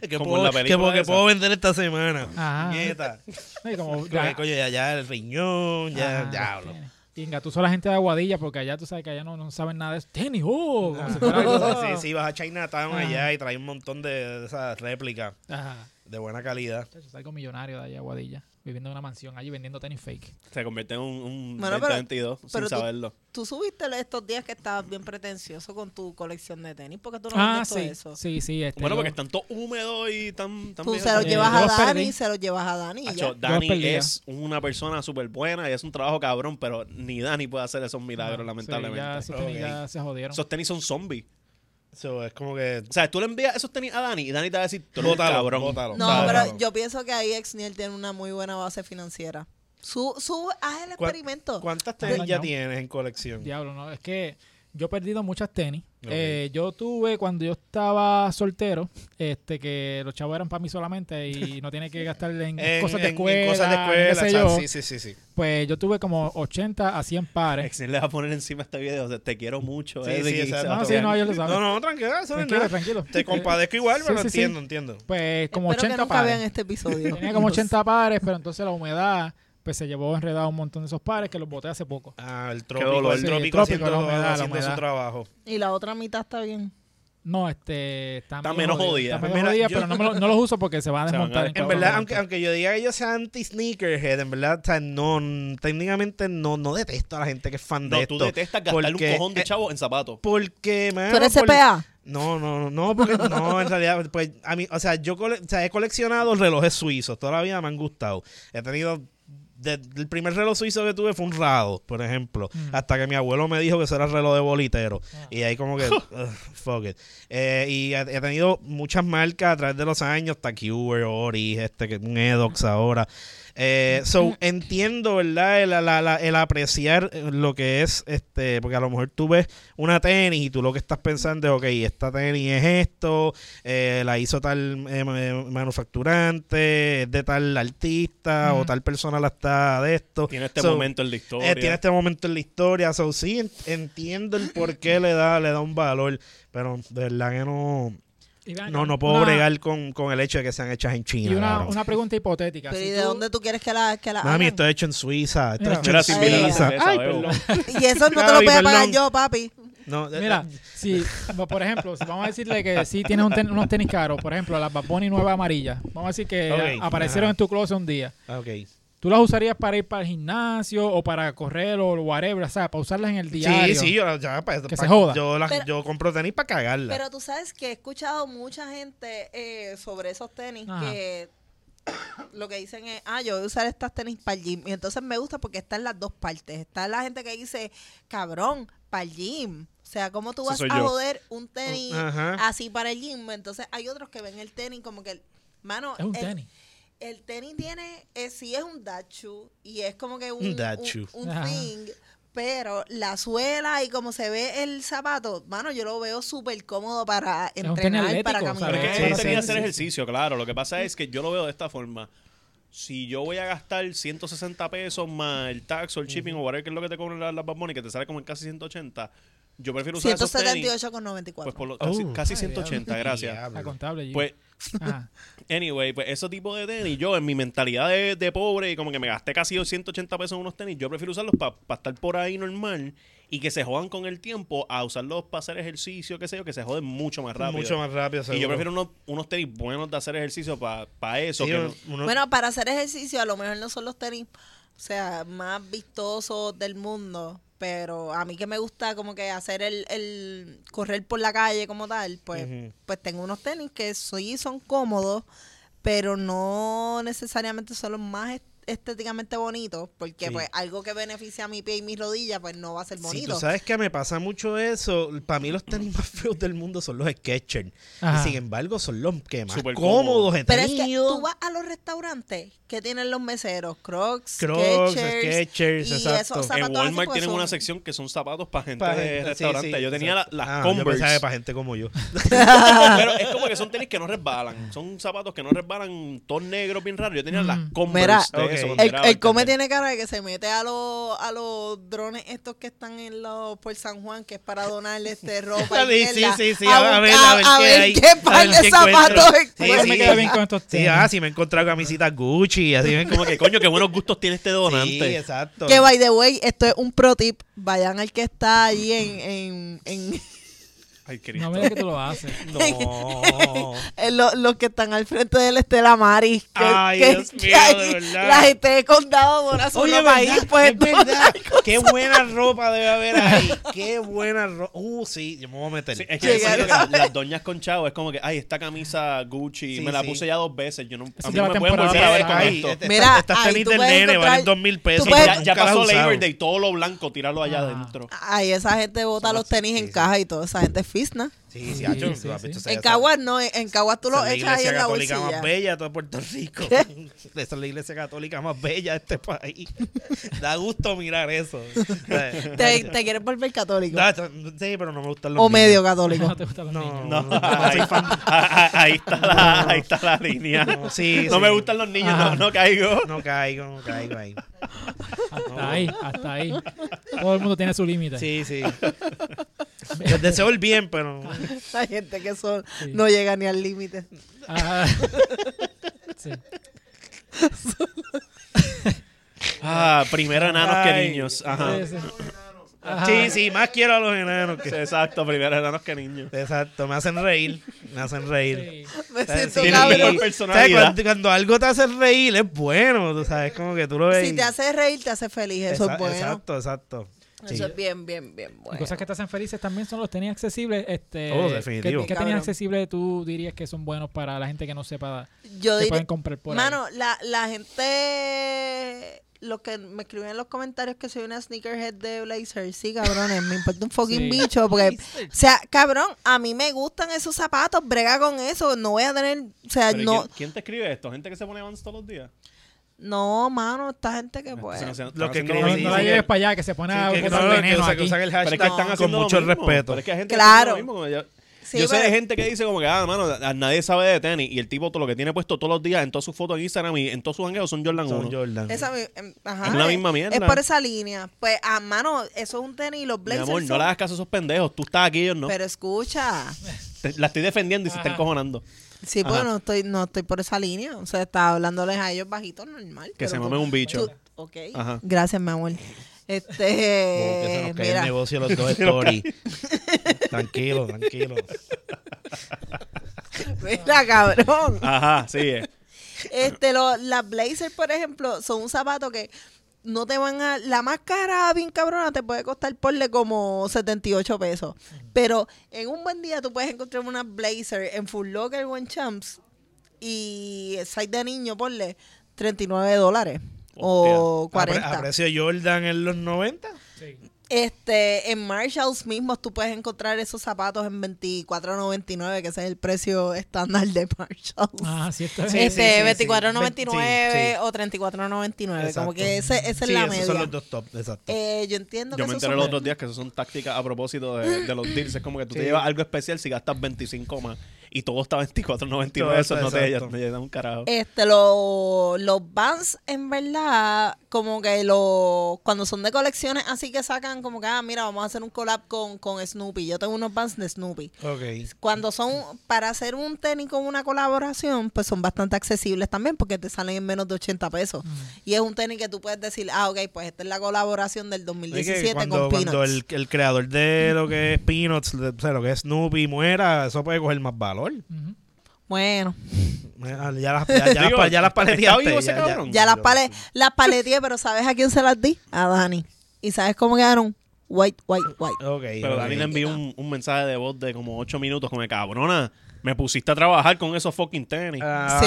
que
Como
puedo,
en la
que
película
puedo- que
esa.
puedo vender esta semana.
Ajá.
Nieta.
No, y como,
Coño, coño, ya, ya el riñón, ya,
Ajá,
diablo.
tenis. Y engatusó a la gente de Aguadilla porque allá tú sabes que allá no, no saben nada de eso. Tenis, oh. como
[LAUGHS]
si fuera algo-
Sí, sí, vas a Chinatown
Ah.
allá y traes un montón de, de esas réplicas
Ajá.
de buena calidad.
Chacho, salgo millonario de allá, Aguadilla. Viviendo en una mansión allí vendiendo tenis fake.
Se convierte en un, un
Bueno,
2022 sin
pero tú-
saberlo.
Tú subiste estos días que estabas bien pretencioso con tu colección de tenis, porque tú no
Ah,
vendes todo
sí.
eso.
Sí, sí. Este,
Bueno,
yo-
porque están todos húmedos y tan... tan
Tú
bien-
se los
Eh,
llevas
yo
a
los
Dani,
perdí.
se los llevas a Dani. y
Acho,
ya.
Dani
perdí, eh.
es una persona súper buena y hace un trabajo cabrón, pero ni Dani puede hacer esos milagros,
no, sí,
lamentablemente.
ya esos tenis
Ok.
ya se jodieron.
Esos tenis son zombies.
Eso es como que.
O sea, tú le envías esos tenis a Dani y Dani te va a decir, tú eres un
Bótalo,
cabrón. [LAUGHS]
bótalo.
No,
Claro.
pero yo pienso que ahí Exniel tiene una muy buena base financiera. Su, su, haz el
¿Cuán-
experimento.
¿Cuántas
Está
tenis ya
dañado.
tienes en colección?
Diablo, no. Es que yo he perdido muchas tenis.
Ok.
Eh, yo tuve cuando yo estaba soltero, este que los chavos eran para mí solamente
[LAUGHS]
y no tiene que gastar en, cosas de
en
escuela,
cosas de escuela,
qué sé
o
yo.
sea, Sí, sí, sí. sí.
Pues yo tuve como 80 a 100 pares.
Exil le va a poner encima este video, o sea, te quiero mucho.
Sí,
eh,
sí,
y
exacto.
se va a
No, Ah, sí,
tocar.
no, ellos lo
No,
saben.
no, tranquila, eso no es
tranquilo,
nada.
tranquilo. [LAUGHS]
Te compadezco igual,
Sí,
pero
sí, sí.
entiendo, entiendo.
Pues como
Espero
80
que nunca
pares.
vean este episodio.
Tenía como 80 pares, pero entonces la humedad pues se llevó enredado un montón de esos pares que los boté hace poco.
Ah, el
dolor.
trópico, el
Sí,
trópico,
el trópico,
haciendo,
la humedad, la
haciendo su
humedad.
trabajo.
Y la otra mitad está bien.
No, este, están
Está
bien
menos
jodidos,
jodida.
están menos
Mira,
jodidas,
yo-
pero no, me lo- no los uso porque se van a
Se van a-
desmontar.
en
cualquier
En verdad, aunque,
momento.
aunque yo diga que yo sea anti-sneakerhead, en verdad, o sea, no, técnicamente no, no detesto a la gente que es fan de
No,
esto.
tú detestas gastar
porque- eh,
un cojón de chavo en zapatos.
Porque, mano,
¿Tú eres
por-
CPA?
No, no, no, no,
[LAUGHS]
porque no, en realidad, pues, a mí, o sea, yo cole- o sea, he coleccionado relojes suizos, toda la vida me han gustado. He tenido desde el primer reloj suizo que tuve fue un rado, por ejemplo.
Mm.
Hasta que mi abuelo me dijo que eso era el reloj de bolitero.
Ah.
Y ahí como
[LAUGHS]
que, ugh, fuck it. Eh, y he, he tenido muchas marcas a través de los años, Tacuber, Ori, este, que es un Edox ahora. Eh, so, entiendo, ¿verdad? El, la- la- el apreciar eh, lo que es, este, porque a lo mejor tú ves una tenis y tú lo que estás pensando es, ok, esta tenis es esto, eh, la hizo tal eh, ma- eh, manufacturante, es de tal artista o
Ujú.
tal persona la está de esto.
Tiene este
So,
momento en la historia.
eh, tiene este momento en la historia. So, sí, en- entiendo el por qué le da, le da un valor, pero de verdad que no,
Y vean,
no, no puedo
una-
bregar con, con el hecho de que sean hechas en China.
Y una,
cabrón.
una pregunta hipotética.
Pero
si
¿y de
tú-
dónde tú quieres que la, que la
Mami,
hagan?
esto es hecho en Suiza. Esto
Mira,
es
Mira,
hecho
sin
en
mirar la
Suiza.
cerveza,
Ay,
veo.
perdón.
Y eso no te lo
Gaby,
voy a pagar
perdón.
yo, papi.
No, eh,
Mira,
eh,
si, como por ejemplo, si vamos a decirle que sí tienes un ten- unos tenis caros, por ejemplo, las Bad Bunny nueva amarilla. Vamos a decir que
Ok,
a- aparecieron
ajá.
en tu closet un día.
ah, ok.
¿Tú las usarías para ir para el gimnasio o para correr o whatever? O sea, para usarlas en el diario.
Sí, sí, yo, ya, pa-
Que
pa-
se joda.
Yo, las-
Pero-
yo compro tenis para cagarla.
Pero tú sabes que he escuchado mucha gente eh, sobre esos tenis
Ajá.
que lo que dicen es, ah, yo voy a usar estas tenis para el gym. Y entonces me gusta porque están las dos partes. Está la gente que dice, cabrón, para el gym. O sea, ¿cómo tú
Ese
vas
soy
a
yo.
joder un tenis
Ajá.
así para el gym? Entonces hay otros que ven el tenis como que, mano, eh,
Es un
el-
tenis.
El tenis tiene, eh, sí es un dachu y es como que un,
Un dad
un-
shoe.
un
Ajá.
thing, pero la suela y como se ve el zapato, mano, yo lo veo súper cómodo para
un
entrenar,
tenis
para
atlético,
Pero
caminar.
es que
Sí,
eso
sí,
sería
sí,
hacer
sí.
ejercicio, claro. Lo que pasa es que yo lo veo de esta forma. Si yo voy a gastar 160 pesos más el tax o el shipping o whatever que es lo que te cobran las las Bad Bunny, que te sale como en casi 180, yo prefiero usar esos tenis.
178,94.
Pues por lo- casi,
Oh.
casi
Ay,
180, gracias.
La
Diablo.
contable. G.
Pues,
Ajá.
anyway, pues ese tipo de tenis, yo en mi mentalidad de, de pobre y como que me gasté casi 180 pesos en unos tenis, yo prefiero usarlos para estar por ahí normal y que se jodan con el tiempo a usarlos para hacer ejercicio, qué sé yo, que se joden mucho más rápido.
Mucho más rápido, seguro.
Y yo prefiero unos, unos tenis buenos de hacer ejercicio para eso.
Sí, Ah,
que
uno-
no-
uno-
Bueno, para hacer ejercicio a lo mejor no son los tenis, o sea, más vistosos del mundo, pero a mí que me gusta como que hacer el, el correr por la calle como tal, pues,
Ujú.
pues tengo unos tenis que sí son cómodos, pero no necesariamente son los más est- estéticamente bonitos, porque
Sí.
pues algo que beneficia a mi pie y mis rodillas, pues no va a ser
Si
bonito.
tú sabes que me pasa mucho eso, para mí los tenis más feos del mundo son los Skechers.
Ajá.
Y sin embargo, son los que más
Súper
cómodos
cómodos.
he
pero es que
tenido.
tú vas a los restaurantes que tienen los meseros, Crocs,
Crocs,
Skechers,
Skechers,
y
exacto.
esos zapatos
en
así,
Walmart
porque
tienen
son-
una sección que son zapatos para gente
Pa'
de
gente, sí,
restaurante.
sí,
yo tenía la-
exacto.
las
Ah, yo pensaba
Converse.
que para gente como yo.
[LAUGHS] pero es como que son tenis que no resbalan. Son zapatos que no resbalan, todos negros, bien raros. Yo tenía las
Mm.
Converse
Mira,
de
ok.
eso, cuando
El,
era
el come
bartender.
tiene cara de que se mete a los a los drones estos que están en los por San Juan que es para donarle
[LAUGHS]
este ropa y
Sí, sí,
mierda,
sí, sí,
a, buscar- a ver
hay,
qué
a
par
ver
de
qué
zapatos
encuentro.
encuentro.
Ahora Pues me queda bien con estos
Sí,
tenis.
ah, sí, me he encontrado camisitas Gucci,
[LAUGHS]
así me
Como que, coño, qué buenos gustos tiene este donante.
Sí, exacto.
que by the way esto es un pro tip vayan al que está allí en en, en-
Ay,
No
Cristo.
me digas que tú lo haces.
[LAUGHS] No.
en lo- los que están al frente del Estela Maris que,
Ay,
que-
Dios
que
mío,
hay-
de verdad.
la gente de condado dona [LAUGHS] su
Oye,
ropa ahí
¿verdad?
pues
es
[LAUGHS]
verdad. Qué buena ropa debe haber ahí. Qué buena ropa. Uh, sí, yo me voy a meter.
Sí, es que
Llegar
eso es lo
a-
que las doñas con chavo es como que, ay, esta camisa Gucci,
Sí,
me la
sí.
puse ya dos veces. Yo no,
Eso
a mí
lleva
no me pueden
temporada
volver a ver con
para-
Ay,
esto.
este-
Mira,
estas
ahí
tenis
tú
del
puedes
nene
encontrar-
valen dos mil pesos.
tú
Y
puedes-
ya, ya
Pues, Nunca las
pasó
usaron.
Labor Day, todo lo blanco, tirarlo allá
Ah.
adentro.
Ay, esa gente bota
Son
los
las-
tenis
sí,
en
sí.
caja y todo. Esa gente es fisna.
Sí,
Sí,
sí, hacho,
sí,
lo has
sí.
visto, esa-
En
esa-
Caguas no, en- en Caguas tú
esa
lo
es la
echas ahí
iglesia
en la
católica
bolsilla.
más bella de todo Puerto Rico. [LAUGHS] Esa es la iglesia católica más bella de este país. Da gusto
[LAUGHS]
mirar eso.
Te, te quieres volver católico.
Da- sí, pero no me gustan los
o medio
niños. [LAUGHS]
católico.
No te gustan los
No,
niños.
no,
[LAUGHS]
no, no
ahí,
soy
[LAUGHS]
fan.
ah, ah, ahí está la, ahí está la línea.
No, sí,
No
sí.
me gustan los niños,
Ajá.
no, no caigo.
No caigo, no caigo ahí.
Hasta ahí, hasta ahí. Todo el mundo tiene su límite.
Sí, sí. Les deseo el bien, pero.
La gente que son
Sí.
no llega ni al límite.
[LAUGHS]
Ah, sí.
Ah, primero enanos que
Ay.
niños. Ajá.
Sí, sí. Ajá.
Sí, sí, más quiero a los enanos que.
Exacto, primero enanos que niños.
Exacto, me hacen reír. Me hacen reír.
Sí.
[LAUGHS] Me
¿Sabes?
siento
Sí, cabrón.
Tienen mejor
cabrón.
¿Sabes?
personalidad.
Cuando, cuando algo te hace reír es bueno, tú sabes, como que tú lo ves.
Si
y-
te hace reír, te hace feliz. Eso
Exa-
es bueno.
Exacto, exacto. Sí.
Eso es bien, bien, bien
Y
bueno.
cosas que te hacen felices también son los tenis accesibles. Este,
Oh, definitivo.
¿Qué, qué tenis
Cabrón.
accesibles tú dirías que son buenos para la gente que no sepa
Yo
que
diría,
pueden comprar por ahí?
mano, la, la gente los que me escriben en los comentarios que soy una sneakerhead de Blazer, sí, cabrones, me [LAUGHS] importa un fucking
Sí.
bicho. Porque, o sea, cabrón, a mí me gustan esos zapatos, brega con eso, no voy a tener, o sea,
Pero ¿y
Ah, no,
¿quién, quién te escribe esto? ¿Gente que se pone Vans todos los días?
no, mano, esta gente que
Entonces,
puede.
no sean-
Lo que
están
No,
creen
haciendo lo
no
sí,
mismo.
la
sí,
lleves
que-
para allá, que se pone a
Sí, que
botar
no, que
veneno
usa-
aquí.
que usan el
Pero es que
hashtag
No.
están
con
haciendo
mucho
lo mismo.
respeto.
Pero es que hay gente
Claro.
que hace lo mismo, como yo-
Sí,
yo sé de
pero-
gente que dice como que, ah, mano, a- a nadie sabe de tenis. Y el tipo todo lo que tiene puesto todos los días en todas sus fotos en Instagram y en todos sus angueos son Jordan 1.
Son Jordan.
Esa mi- em, ajá,
Es la misma mierda.
Es por esa línea. Pues, a mano, eso es un tenis, los
Mi
Blazers.
amor, no
son-
le hagas caso a esos pendejos. Tú estás aquí, ellos no.
Pero escucha.
Te- la estoy defendiendo y se
Ajá.
está encojonando. Que
Sí,
Ajá.
pues no estoy, no estoy por esa línea. O sea, estaba hablándoles a ellos bajitos, normal. pero
se
tú- pues,
mame un bicho.
tú- ok.
Ajá.
Gracias, mi amor.
Oh, que
Este.
se nos cae el
mira,
negocio de los
[LAUGHS]
dos stories. tranquilo, tranquilo.
mira, cabrón.
Ajá,
[LAUGHS]
eh. sigue.
Este, lo- las Blazers, por ejemplo, son un zapato que no te van a. La más cara, bien cabrona, te puede costar porle como 78 pesos. Pero en un buen día tú puedes encontrar unas Blazer en Full Locker o en Champs y size de niño, ponle 39 dólares o
A pre-
40.
A precio Jordan en los 90.
Sí.
Este, en Marshalls mismos tú puedes encontrar esos zapatos en 24.99, que ese es el precio estándar de Marshalls.
Ah, sí, está bien.
Sí, sí, sí, sí.
este, 24.99
Sí, sí.
o 34.99, como
Exacto.
que ese, esa es
Sí,
la
esos
media.
son los dos top, exacto.
Eh, yo entiendo
Yo
que
me
esos
enteré
son-
los otros días que eso son tácticas a propósito de, de los deals. Es como que tú te
Sí.
llevas algo especial si gastas 25 más y todo está 24.99.
Todo
Eso
está
no te,
exacto.
no te da un carajo.
Este, lo- los Vans, en verdad, como que los cuando son de colecciones así que sacan, como que, ah, mira, vamos a hacer un collab con, con Snoopy. Yo tengo unos Vans de Snoopy.
ok.
cuando son para hacer un tenis con una colaboración, pues son bastante accesibles también porque te salen en menos de 80 pesos. Y es un tenis que tú puedes decir, ah, ok, pues esta es la colaboración del
Oye, que
2017
cuando,
con Peanuts.
cuando el, el creador de lo que es Peanuts, de- o sea, lo que es Snoopy muera, eso puede coger más valor. Ah,
Ujú.
Bueno,
Ya las, ya, ya
Digo,
las, ya las
¿está
paleteaste,
vivo ese
ya- ya.
cabrón?
ya las, pale, las paleteé, pero ¿sabes a quién se las di? A Dani. ¿Y sabes cómo quedaron? White, white, white.
Ok.
Pero
ok.
Dani le envió un, un mensaje de voz de como 8 minutos, como de cabrona, me pusiste a trabajar con esos fucking tenis.
Ay,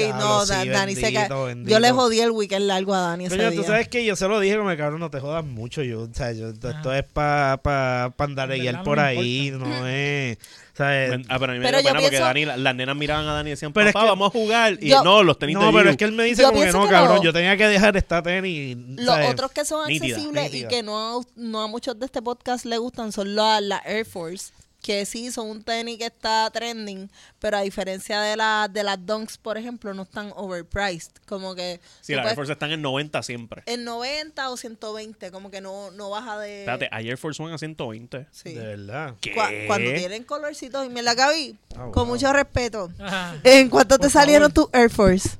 Sí,
diablo,
no,
sí,
Da- Dani se
bendito,
cae.
bendito.
Yo le jodí el weekend largo a Dani ese
Coño,
día.
tú sabes que yo se lo dije, como cabrón, no te jodas mucho. Yo, o sea, yo, esto
Ah.
Ajá.
es para pa, pa andar
En
y
verdad no
por
me
ahí, no es. O sea, es-
Ah, pero a mí me
Pero yo
dio pena porque
pienso-
Dani, la- las nenas miraban a Dani y decían,
Pero es
papá,
que-
vamos a jugar. Y
Yo-
no, los tenis
no,
de
pero
you.
es que él me dice
Yo
como que
pienso
no,
que
cabrón,
lo-
yo tenía que dejar esta tenis. o
Los
sea,
otros que son
nítida,
accesibles
nítida.
y que no, no a muchos de este podcast le gustan son las la Air Force, que sí son un tenis que está trending, pero a diferencia de, la, de las Dunks, por ejemplo, no están overpriced. Como que
Sí,
tú
las
puedes-
Air Force están en 90 siempre.
en 90 o 120, como que no, no baja de...
Espérate, hay Air Force One a 120.
Sí.
De verdad.
¿Qué?
Cua- cuando tienen colorcitos y me la Gaby,
Ah,
con
wow.
mucho respeto.
Ajá.
¿En cuánto
Por
te salieron
favor.
tus Air Force?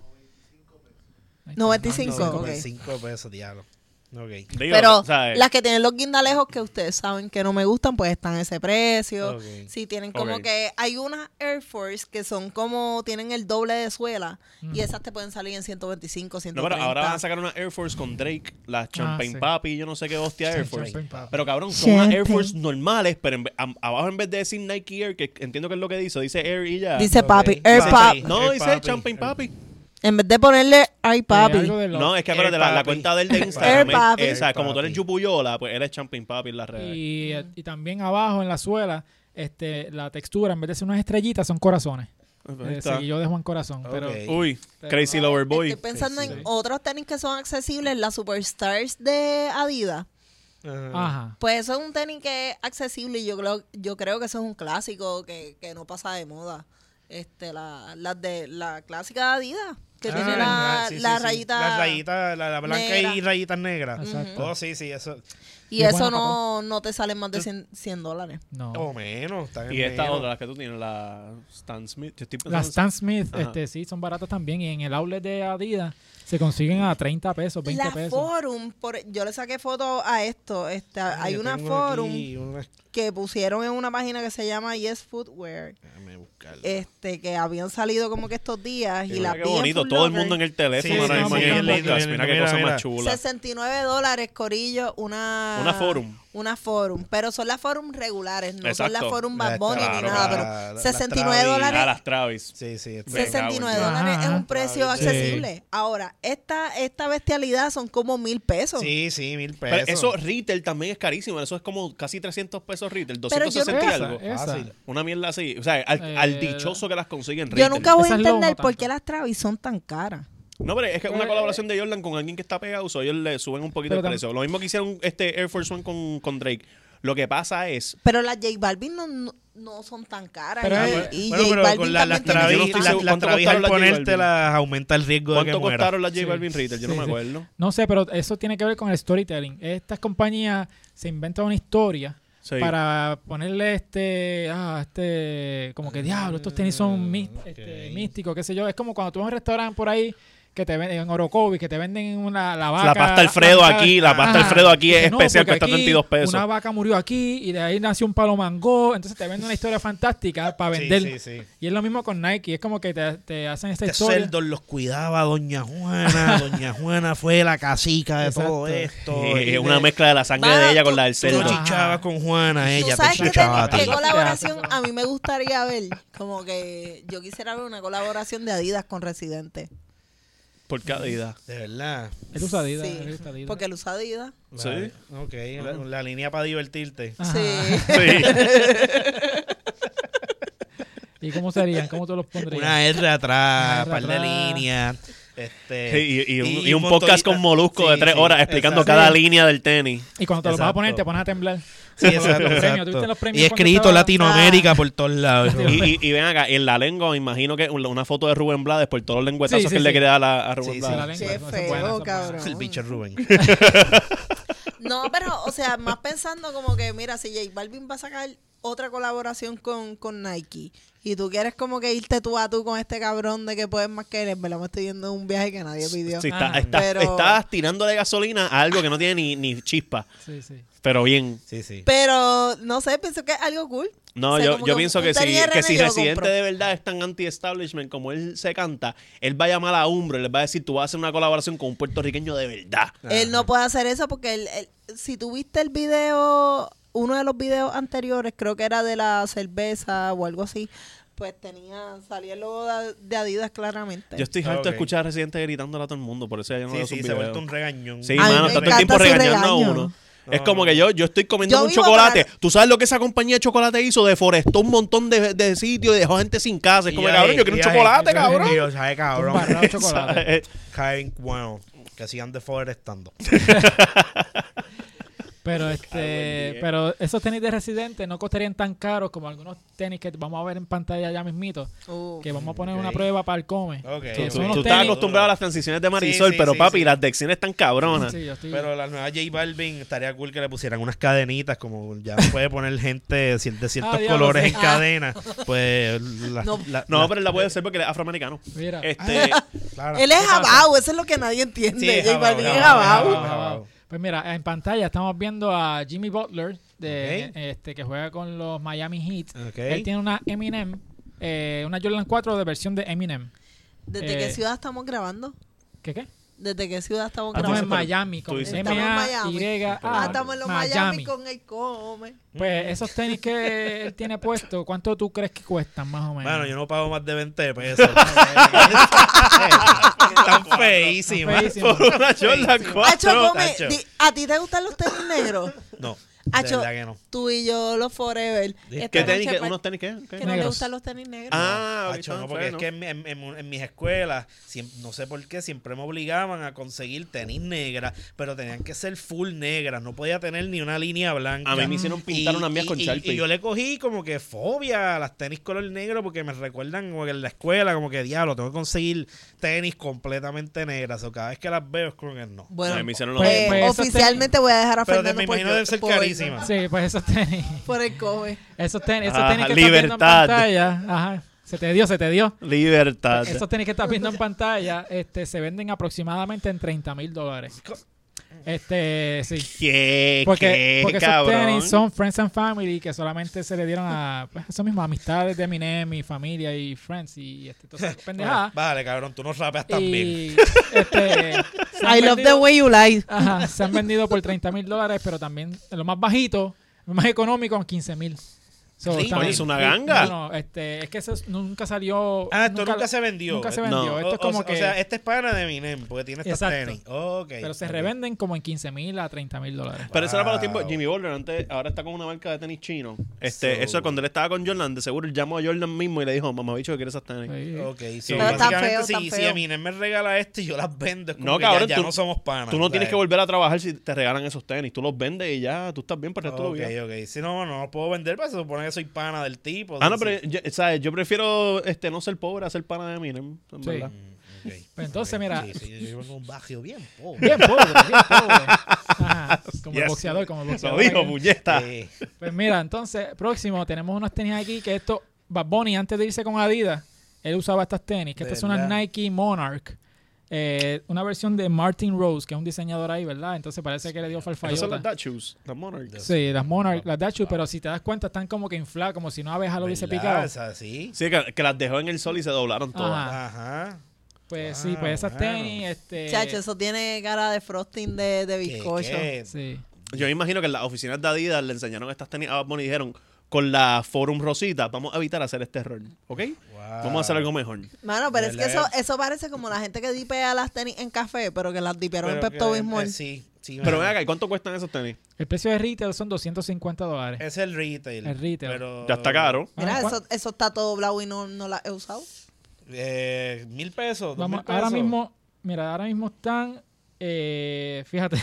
Ahí está.
95.
No,
ok.
5 pesos, diablo. Ok.
Digo,
Pero
o sea, eh,
las que tienen los guindalejos que ustedes saben que no me gustan, pues están a ese precio.
Ok.
Si tienen como
Ok.
que hay unas Air Force que son como tienen el doble de suela y esas te pueden salir en 125,
No,
130.
pero ahora van a sacar una Air Force con Drake, la Champagne
Ah, sí.
Papi, yo no sé qué hostia Air Force.
Champagne Papi.
Pero cabrón, son unas Air
Champagne.
Force normales, pero en ve- am- abajo en vez de decir Nike Air, que entiendo que es lo que dice, dice Air y ya.
dice
Ok.
papi, Air
Papi.
Pop.
no,
Air
dice
Papi.
Champagne Papi.
En vez de ponerle ay
Eh,
papi.
algo de los-
No, es que acuérdate,
Air
la, la
Papi.
cuenta del de
Air
Instagram.
Papi.
es- esa,
Air
como tú eres
Papi.
Yupuyola, pues eres Champagne Papi en las redes.
Y, y también abajo en la suela, este, la textura, en vez de ser unas estrellitas, son corazones.
Ahí
Eh,
está.
seguidor de Juan Corazón. Pero
Ok.
Uy,
Pero
Crazy
no,
Lover Boy.
Estoy pensando
Sí, sí.
en otros tenis que son accesibles, las Superstars de Adidas.
Ajá.
Ajá.
Pues eso es un tenis que es accesible y yo creo, yo creo que eso es un clásico que, que no pasa de moda. Este, la, la de la clásica de Adidas, que
Ah,
tiene la,
sí, sí,
la
sí.
rayita.
Las rayitas, la, la blanca y
negra.
rayitas negras.
Exacto.
Oh, sí, sí, eso.
Y
Y es
eso
bueno para
no, no te sale más de 100, 100 dólares.
No.
Oh,
O oh, menos. están en
Y esta
menos.
otra, las que tú tienes, la Stan Smith. Yo estoy pensando
Las
en-
Stan Smith,
Ajá.
este, sí, son baratas también. Y en el outlet de Adidas se consiguen a 30 pesos, 20
La
pesos.
forum, por, yo le saqué foto a esto. Este,
Ay,
hay
Ah, yo
una
tengo
forum
aquí unas-
que pusieron en una página que se llama Yes Footwear,
Déjame buscarla.
este, que habían salido como que estos días y
Mira
la
qué
vi en
bonito,
Foot
todo el
Locker.
mundo en el teléfono
Sí,
ahora
sí,
mismo
sí,
en el
mira,
podcast.
mira,
Mira qué
mira,
cosa
mira.
más chula.
69 dólares, Corillo, una una...
Una Forum.
Una Forum. Pero son las Forum regulares, no son las
Exacto.
Forum Bad
Las
Bunny
Travis,
ni nada.
la-
pero
las
69
Travis.
A
dólares
las Travis.
Sí, sí. está-
Venga, Sí.
69
bueno.
dólares es
Ajá.
un precio
Está
bien. Sí.
accesible. Ahora, esta, esta bestialidad son como mil pesos.
Sí, sí, mil
Pero
pesos.
eso retail también es carísimo. Eso es como casi 300 pesos retail,
Pero yo
260 y
Esa,
algo.
esa.
Fácil.
Una mierda así. O sea, al,
Eh,
al dichoso que las consiguen retail.
Yo nunca voy a
Esas low no
entender por
tanto.
qué las Travis son tan caras.
No, pero es que
Eh,
una colaboración de Jordan con alguien que está pegado, so ellos le suben un poquito
Pero
el
tam-
precio. Lo mismo que hicieron este Air Force One con, con Drake. Lo que pasa es.
Pero las J Balvin no, no, no son tan caras.
Pero,
y,
eh,
y
Ah, bueno,
J
pero
Balvin
con la-
también
las
tiene
Yo no
travis,
estoy
sus
las,
seguro
las
cuánto
travis al
costaron las J Balvin.
ponértelas aumenta el riesgo de que
¿Cuánto
muera.
costaron las J
Sí,
Balvin retail?
sí,
Yo no me
sí.
acuerdo.
No sé, pero eso tiene que ver con el storytelling. Estas compañías se inventan una historia
Sí.
para ponerle este, ah, este, como que diablo, estos tenis
Eh,
son mí- este,
ok.
místicos, qué sé yo. Es como cuando tú vas a un restaurante por ahí que te venden en Orocovi, que te venden una la vaca.
La pasta Alfredo
vaca-
aquí, la pasta Alfredo aquí es
Dice, "No,
especial,
porque
cuesta
aquí
32 pesos.
Una vaca murió aquí y de ahí nació un palo mango, entonces te venden una historia fantástica para
Sí,
vender.
sí, sí.
Y es lo mismo con Nike, es como que te, te hacen esta
Este
historia.
cerdo los cuidaba
[LAUGHS]
Doña Juana. Doña Juana fue la cacica de todo
Sí,
esto.
[LAUGHS] es
Y
una
de-
mezcla de la sangre
Mano,
de ella con
tú-
la del
Tú
cerdo.
no
Ajá.
chichabas con Juana,
Ah,
Tú
ella te
sabes qué,
chichaba a
tenés
qué
que-
ti.
colaboración a mí me gustaría ver. Como que yo quisiera ver una colaboración de Adidas con Residente.
Por cada idea.
De verdad.
Él usa Adidas,
Sí,
él usa Adidas.
porque él usa Adidas.
Sí.
Vale. Ok, la, la línea para divertirte.
Ajá. [LAUGHS]
Sí.
¿Y cómo serían? ¿Cómo tú los pondrías?
[LAUGHS] Una R atrás,
Una
un
R
par de
atrás.
líneas. Este,
Sí, [LAUGHS] y, y un, y un
montón-
podcast con Molusco de
Sí,
tres
sí,
horas explicando
exacto.
cada línea del tenis.
Y cuando te los vas a
Exacto.
poner, te pones a temblar.
Sí, exacto,
Los premios,
exacto.
¿tú viste los premios
Y
cuando
escrito
estaba- Ah.
Latinoamérica por todos lados.
[LAUGHS] Y, y- y ven acá, en la lengua, me imagino que un- una foto de Rubén Blades por todos los lengüetazos
Sí, sí,
que él le
sí.
queda a, la- a Rubén
Sí, sí.
Se la
Blades.
lengua,
Qué
eso- eso es
feo,
buena, eso es buena.
cabrón.
el bicho Rubén.
No, pero, o sea, más pensando como que, mira, si J Balvin va a sacar otra colaboración con, con Nike y tú quieres como que irte tú a tú con este cabrón de que puedes más que él, en verdad me estoy yendo a un viaje que nadie pidió.
Sí, está-
Ah,
está-
pero-
Estás tirándole gasolina a algo que no tiene ni, ni chispa,
Sí, sí.
pero bien.
Sí, sí.
Pero, no sé, pienso que es algo cool.
No,
O sea,
yo,
como
yo
un-
pienso
un
que si,
tenis
que
RN
si
yo lo
Residente
compro.
de verdad es tan anti-establishment como él se canta, él va a llamar a Umbro y les va a decir, tú vas a hacer una colaboración con un puertorriqueño de verdad.
Él no puede hacer eso porque él, él- si tuviste el video, uno de los videos anteriores, creo que era de la cerveza o algo así, pues tenía, salía el logo de, de Adidas claramente.
Yo estoy harto
Ok.
de escuchar a Residente gritándole a todo el mundo, por eso ya yo no
Sí,
veo
sí,
sus
se ha
videos.
vuelto un regañón.
A
Sí,
mí
mano,
me
tanto
encanta
tiempo
su
regañando a
regaño.
uno.
No,
Es como
no.
que yo, yo estoy comiendo
Yo
un
vivo
chocolate.
para-
Tú sabes lo que esa compañía de chocolate hizo, deforestó un montón de, de sitios y dejó gente sin casa. Es como,
Y
cabrón,
ahí-
yo quiero un
y ahí-
chocolate,
y ahí-
cabrón.
y yo, sabe, cabrón.
Un barrado de chocolate.
[LAUGHS]
Eh,
Caen, bueno, que sigan deforestando.
Pero
buen
este,
día.
pero esos tenis de residente no costarían tan caros como algunos tenis que vamos a ver en pantalla ya mismito,
Uh,
que vamos a poner
Ok.
una prueba para el come.
Ok.
Tú,
Que
tú-
son unos
tú estás
tenis-
acostumbrado a las transiciones de Marisol,
Sí, sí,
pero
sí,
papi,
sí.
las dicciones están cabronas.
Sí, yo estoy-
Pero la nueva J Balvin estaría cool que le pusieran unas cadenitas, como ya puede poner gente de cier- de ciertos
Ah, diablo,
colores
sí.
en cadena.
[LAUGHS]
Pues la-
No.
la-
No,
la- Ah.
pero él la puede hacer porque él es afroamericano.
mira,
Este,
claro.
él es jabao, eso es lo que nadie entiende.
Sí, es
J
jabao,
Balvin es
jabao,
ah,
jabao.
jabao. Jabao.
Pues mira, en pantalla estamos viendo a Jimmy Butler, de,
Ok.
este, que juega con los Miami Heat.
Ok.
Él tiene una Eminem, eh, una Jordan 4 de versión de Eminem.
¿Desde
Eh,
qué ciudad estamos grabando?
¿Qué qué?
¿Desde qué ciudad estamos
Ah, tú
Estamos
dices,
en
grabando?
pero-
Miami,
tú
con
dices-
M
Estamos en
A
Miami.
Y A
Ah, estamos en los Miami, con el come.
Pues esos tenis que él tiene puesto, ¿cuánto tú crees que cuestan más o menos?
Bueno, yo no pago más
[LAUGHS]
de 20 pesos. Están
Están
feísimas.
feísimas.
por [LAUGHS]
[LAUGHS]
una Jordan
Acho,
4.
come,
Acho.
di- ¿a ti te gustan los tenis negros?
No, de
Acho,
verdad que no.
tú y yo, los Forever.
¿Qué
Esta
¿Qué
noche
tenis? que-
pa-
¿Unos tenis qué? ¿Qué?
Este, pues, que no le
Negros.
gustan los tenis negros.
Ah,
Acho,
ok,
no,
está
porque
feo,
es que en, mi- en- en- en mis escuelas, siem- no sé por qué, siempre me obligaban a conseguir tenis negras, pero tenían que ser full negras, no podía tener ni una línea blanca.
A mí me hicieron pintar unas mías con
y-
Sharpie.
Y yo le cogí como que fobia a las tenis color negro porque me recuerdan como que en la escuela, como que diablo, tengo que conseguir tenis completamente negras. O cada vez que las veo es como que no.
Bueno,
No, me hicieron lo
pues,
mismo.
Pues esos
oficialmente voy a
Ah,
dejar a
Pero
pues,
Fernando
me imagino
por,
deben ser
por-
carísimas.
Sí, pues esos tenis.
Por el coge.
Esos tenis, esos
Ah,
tenis que estás viendo en
libertad.
pantalla. Ajá. Se te dio, se te dio.
Libertad.
Esos tenis que estás viendo en pantalla este, se venden aproximadamente en 30 mil dólares. Este, sí.
¿Qué?
Porque,
¿Qué,
porque esos
cabrón?
tenis son Friends and Family que solamente se le dieron a pues, esas mismas amistades de Eminem y familia y Friends y este, entonces,
[LAUGHS]
pendejada.
Vale, cabrón, tú no rapeas tan bien.
Y este,
[LAUGHS]
se han
I love the
vendido-
way you lie.
Ajá, se han vendido por 30 mil dólares, pero también lo más bajito, lo más económico, en 15 mil.
Sí, coño,
es una ganga.
No, no, este, es que eso es- nunca salió.
Ah, esto nunca, se vendió.
Nunca se
No.
vendió.
O-
Esto es
o,
como
o
que.
sea, este es pana de Eminem porque tiene estos
Exacto.
tenis. Ok.
pero se
ok.
revenden como en 15 mil a 30 mil dólares.
Pero eso era para los tiempos.
Wow.
Jimmy Butler antes, ahora está con una marca de tenis chino. Este,
So-
eso cuando él estaba con Jordan, de seguro él llamó a Jordan mismo y le dijo, mamá bicho que quieres esas tenis.
Sí.
Ok, so
Pero está
básicamente
feo,
si,
está
si
feo.
Eminem me regala este, yo las vendo. Es como
No,
que ya-
cabrón,
ya,
tú-
no somos panas.
Tú no tienes
¿sabes?
que volver a trabajar si te regalan esos tenis. Tú los vendes y ya, tú estás bien para el resto de la vida.
Ok, ok. Si no, no los puedo vender, pues se supone que soy pana del tipo.
Ah, no, pero
entonces-
yo, ¿sabes? yo prefiero este, no ser pobre a ser pana de Eminem, en
Sí. [LAUGHS]
verdad.
Mm, ok.
Pero Pues entonces,
Ok,
mira-
sí, sí, yo vivo en un barrio bien pobre.
Bien pobre, bien pobre.
[LAUGHS]
Ajá, como el
Yes.
boxeador, como el
Lo
boxeador.
dijo, puñeta.
Eh,
Pues mira, entonces, próximo, tenemos unas tenis aquí que esto, Bad Bunny, antes de irse con Adidas, él usaba estas tenis, que
De
estas son las
verdad.
Nike Monarch. eh, una versión de Martin Rose, que es un diseñador ahí, ¿verdad? Entonces parece que le dio
Esas son las
farfallota.
Dachus, las Monarchs.
Sí, las Monarch,
Ah.
las Dachu, pero si te das cuenta, están como que infladas, como si una abeja Ah, lo hubiese
¿verdad?
picado.
O sea, sí.
Sí, que, que las dejó en el sol y se doblaron todas.
Ajá.
Ajá.
Pues sí, pues esas
Wow,
tenis, este.
Eh, Chacho, eso tiene cara de frosting de, de
¿Qué,
bizcocho.
qué?
Sí.
Yo me imagino que en las oficinas de Adidas le enseñaron estas tenis a Bad Bunny y dijeron, con la Forum Rosita, vamos a evitar hacer este error, ¿ok?
Wow.
Vamos a hacer algo mejor.
Mano, pero es que eso,
¿Verdad?
eso parece como la gente que dipea las tenis en café, pero que las dipearon en
Pero que-
Pepto
eh,
Bismol.
Sí, sí.
Pero
me-
ven acá, ¿y cuánto cuestan esos tenis?
El precio de retail son 250 dólares.
Es el retail.
El retail.
pero-
Ya está caro.
Mira,
Ahora, ¿cuán-
eso, eso está todo doblado y no, no las he usado.
Eh, mil pesos. dos
Vamos,
mil pesos.
ahora mismo, mira, ahora mismo están, eh, fíjate,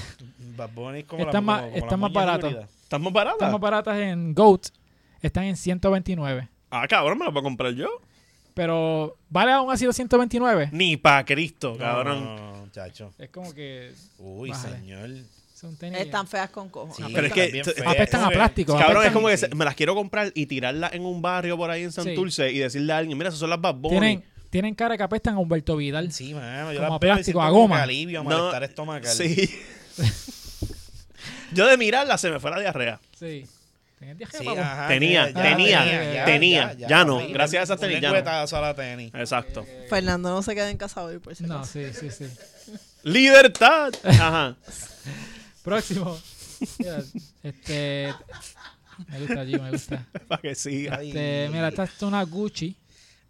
Bad Bunny es como
Está
la-
más-
como- como
está
las
más
moñas
barato.
híbridas.
¿Están más baratas?
están más baratas en GOAT, están en 129.
ah, cabrón, me las voy a comprar yo.
Pero, ¿vale aún así los 129?
Ni pa' Cristo,
No,
cabrón.
no, no, chacho.
Es como que
Uy,
Bájale.
señor.
son tenis.
Están feas con cojo.
Sí,
pero es que
bien
t-
feo.
apestan a
Oye,
plástico.
Cabrón,
apestan-
es como que
Sí.
se- me las quiero comprar y tirarlas en un barrio por ahí en Santurce y decirle a alguien, mira, esas son las Bad Bunny.
tienen, tienen cara que apestan a Humberto Vidal.
Sí, mano. Yo
Como
las veo y
plástico,
siento
a
como
goma.
que Alivio,
No,
malestar estomacal.
Sí. [LAUGHS] Yo de mirarla se me fue la diarrea.
Sí. Tenían diez
Sí,
jemas, pues.
ajá,
Tenía,
tenía,
tenía. Ya no, gracias a esas
Un
tenis, ya no.
lengüetazo a la tenis.
Exacto.
Fernando no se queda en casa hoy, por si
No,
acaso.
sí, sí, sí.
¡Libertad! Ajá. [LAUGHS]
Próximo. Mira, este. Me gusta, Gio, me gusta.
Para que siga.
Ay,
Este, mira, esta es una Gucci.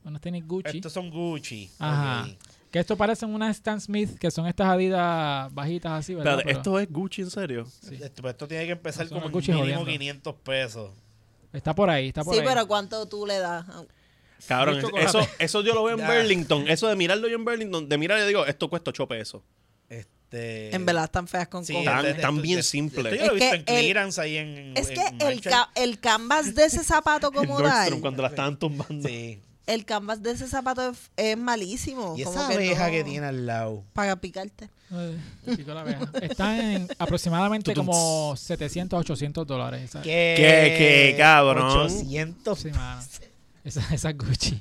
Unos tenis Gucci.
Estos son Gucci.
Ajá.
Ok.
Que esto parecen unas Stan Smith, que son estas adidas bajitas así, ¿verdad?
Espérate,
Pero-
¿esto es Gucci en serio?
sí.
Esto, pues esto tiene que empezar
Son
como
Gucci
mínimo
jodiendo.
500 pesos.
Está por ahí, está por
Sí,
ahí.
pero ¿cuánto tú le das?
Cabrón,
Un
es-
chocolate.
eso, eso yo lo veo en
Ya.
Burlington. Eso de mirarlo yo en Burlington, de mirar yo digo, esto cuesta 8 pesos.
Este...
En verdad están feas con
Sí,
cojo.
Tan-
este- este-
tan bien
este-
simple.
Esto yo
Es
lo he visto
que
en
el-
clearance ahí en. en-
Es que
en
el,
Marshall.
ca- el canvas de ese zapato como
Nordstrom
tal,
cuando la estaban tumbando.
Sí.
el canvas de ese zapato es, es malísimo.
Y
como
esa
que
abeja
no-
que tiene al lado.
Para
[LAUGHS]
picarte.
Ay, chico, la [LAUGHS] abeja. Están en aproximadamente como 700 a 800 dólares. Esa,
¿Qué?
¿Qué, qué, cabrón?
800.
sí, mano. Esa- esas Gucci.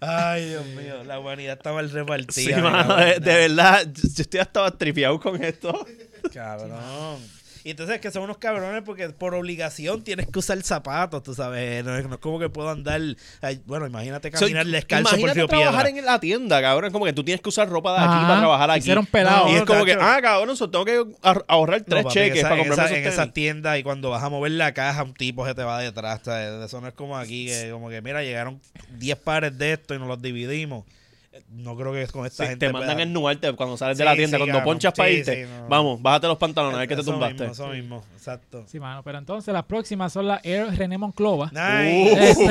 Ay, Dios mío. La humanidad está mal repartida.
Sí,
mi
mano,
cabrón.
de, de verdad, yo yo estoy hasta tripeado con esto.
Cabrón. Y entonces es que son unos cabrones porque por obligación tienes que usar zapatos, tú sabes. No es, no es como que puedo andar. ay, bueno, imagínate caminar descalzo por
Imagínate
Río
trabajar
Piedra.
en la tienda, cabrón. Es como que tú tienes que usar ropa de aquí
Ajá,
para trabajar aquí.
hicieron pelado.
Y es como que,
Tacho.
ah, cabrón, so tengo que ar- ahorrar
No,
tres
papi, en
cheques
esa-
para
en
comprarme
esa- en
esos
esas
tenis.
tiendas y cuando vas a mover la caja un tipo se te va detrás. ¿sabes? Eso no es como aquí que como que mira llegaron 10 pares de esto y nos los dividimos. No creo que con esta
Sí,
gente
te mandan
pueda-
en nuarte cuando sales de
Sí,
la tienda,
sí,
cuando
cabrón.
ponchas para
Sí,
irte.
sí, no.
Vamos, bájate los pantalones, a ver qué te
Eso
tumbaste.
mismo, eso mismo, exacto.
Sí, mano. Pero entonces las próximas son las Air René
Uh.
Monclova.
Nice,
Este-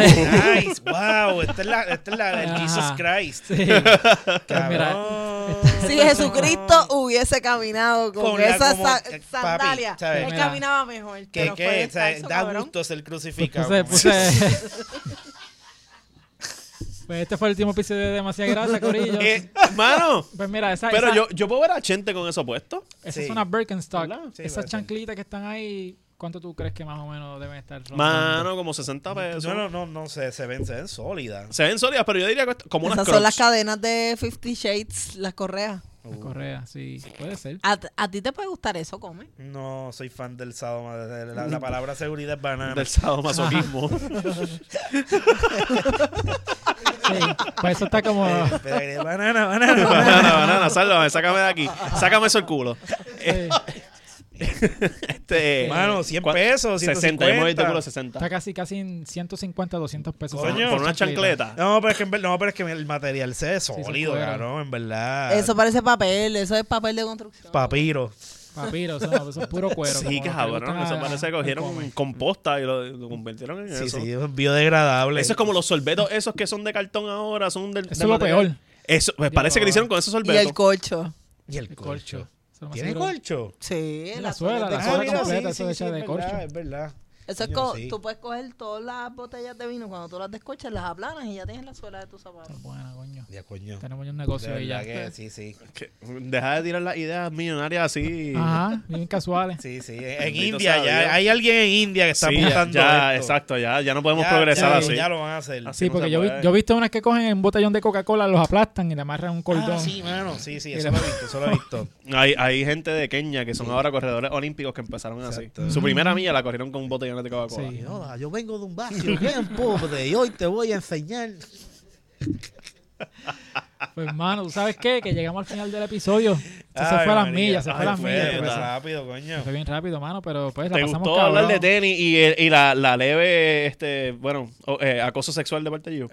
nice, wow, esta es la, esta es la el
Ajá.
Jesus Christ.
Sí. Pues mira, este-
Cabrón.
Si Jesucristo hubiese caminado con,
Con la
esas
como-
sa-
eh, papi,
sandalias,
¿sabes?
él
Mira.
caminaba mejor.
que
pero fue
qué, o sea,
descalzo,
da
cabrón.
gusto ser
pues
crucificado.
puse,
como
puse- [LAUGHS] Pues este fue el último episodio de Demasiada Grasa, Corillo.
[LAUGHS] Eh, mano,
Pues mira, esa,
pero
esa-
yo, yo puedo ver a Chente con eso puesto.
esas
sí.
son las Birkenstock.
¿Verdad?
Sí, puede
esas
ser.
chanclitas que están ahí, ¿cuánto tú crees que más o menos deben estar? rondando?
Mano, como 60
[LAUGHS]
pesos.
No, no, no, no sé, se ven, se ven sólidas.
Se ven sólidas, pero yo diría que esto- como unas
Esas son las
crocs.
cadenas de Fifty Shades, las correas.
La correa, sí, puede ser.
¿A, t- a ti te puede gustar eso, come.
No, soy fan del sadoma. La, la palabra seguridad es banana. Eh,
Del sadomasoquismo.
Sí, pues eso está como...
Eh, pero, eh, banana,
[LAUGHS]
banana.
banana, banana, sálvame, sácame de aquí. Sácame eso el culo.
eh,
Este,
Mano, 100
¿cuá-
pesos,
60, yo me voy de
150.
culo 60.
está casi, casi en 150, 200 pesos.
Por-
Coño,
por una chancleta.
No, pero es que, en ver- no, pero es que el material se ve sólido,
fuera.
cabrón, en verdad.
Eso parece papel, eso es papel de construcción.
Papiro.
Papiro, eso, no, eso es puro cuero.
Sí,
como lo que le
cabrón,
gustan
eso
a-
parece que
al
cogieron
come.
composta y lo, lo convirtieron en
Sí,
eso.
sí, es biodegradable.
Eso es como los sorbetos esos que son de cartón ahora, son del
Eso
del
es lo
material.
peor.
Eso, pues
Yo-
parece que le hicieron con esos
Y el
sorbetos.
colcho.
Y el
El
colcho.
corcho. Eso no me
¿Tiene Ah,
sirve.
colcho?
Sí,
la suela,
la suela.
la
de
suela
colcho.
completa. eso hecha de
es
corcho.
verdad, es verdad.
Eso es
Yo
co-
sí.
tú puedes coger todas las botellas de vino, cuando tú las descoches, las aplanas y ya tienes la suela de tus zapatos.
Bueno, coño.
Ya, coño.
Tenemos ya un
De
negocio ahí
verdad
ya.
que sí, sí.
Que- Deja de tirar las ideas millonarias así.
Ajá, bien casuales.
Sí,
[LAUGHS]
sí. En
Bendito
India,
sea Dios.
ya hay alguien en India que está
Sí, ya,
apuntando
ya,
esto.
exacto, ya, ya no podemos
Ya,
progresar
ya,
así.
Ya lo van a hacer.
Así
Sí,
no
porque
se
yo, vi,
puede.
yo he visto unas que cogen un botellón de Coca-Cola, los aplastan y le amarran un cordón.
Ah, sí, mano. Sí, sí, eso
Mira.
lo he visto, eso lo he
[LAUGHS]
visto.
Hay, hay gente de Kenia que son ahora corredores olímpicos que empezaron
Exacto.
así. Su primera milla la corrieron con un botellón de Coca-Cola.
Sí.
Hola, yo vengo de un barrio bien pobre y hoy te voy a enseñar.
Pues hermano, ¿tú sabes qué? Que llegamos al final del episodio. Esto se
Ay,
fue a las
María.
millas, se fue
Ay,
a las
fue,
millas.
fue
pero
la-
rápido, coño.
Fue bien rápido, mano, pero pues la
¿Te
pasamos
gustó
cabrón.
hablar de tenis y, el- y la, la leve este bueno o- eh, acoso sexual de parte de yo?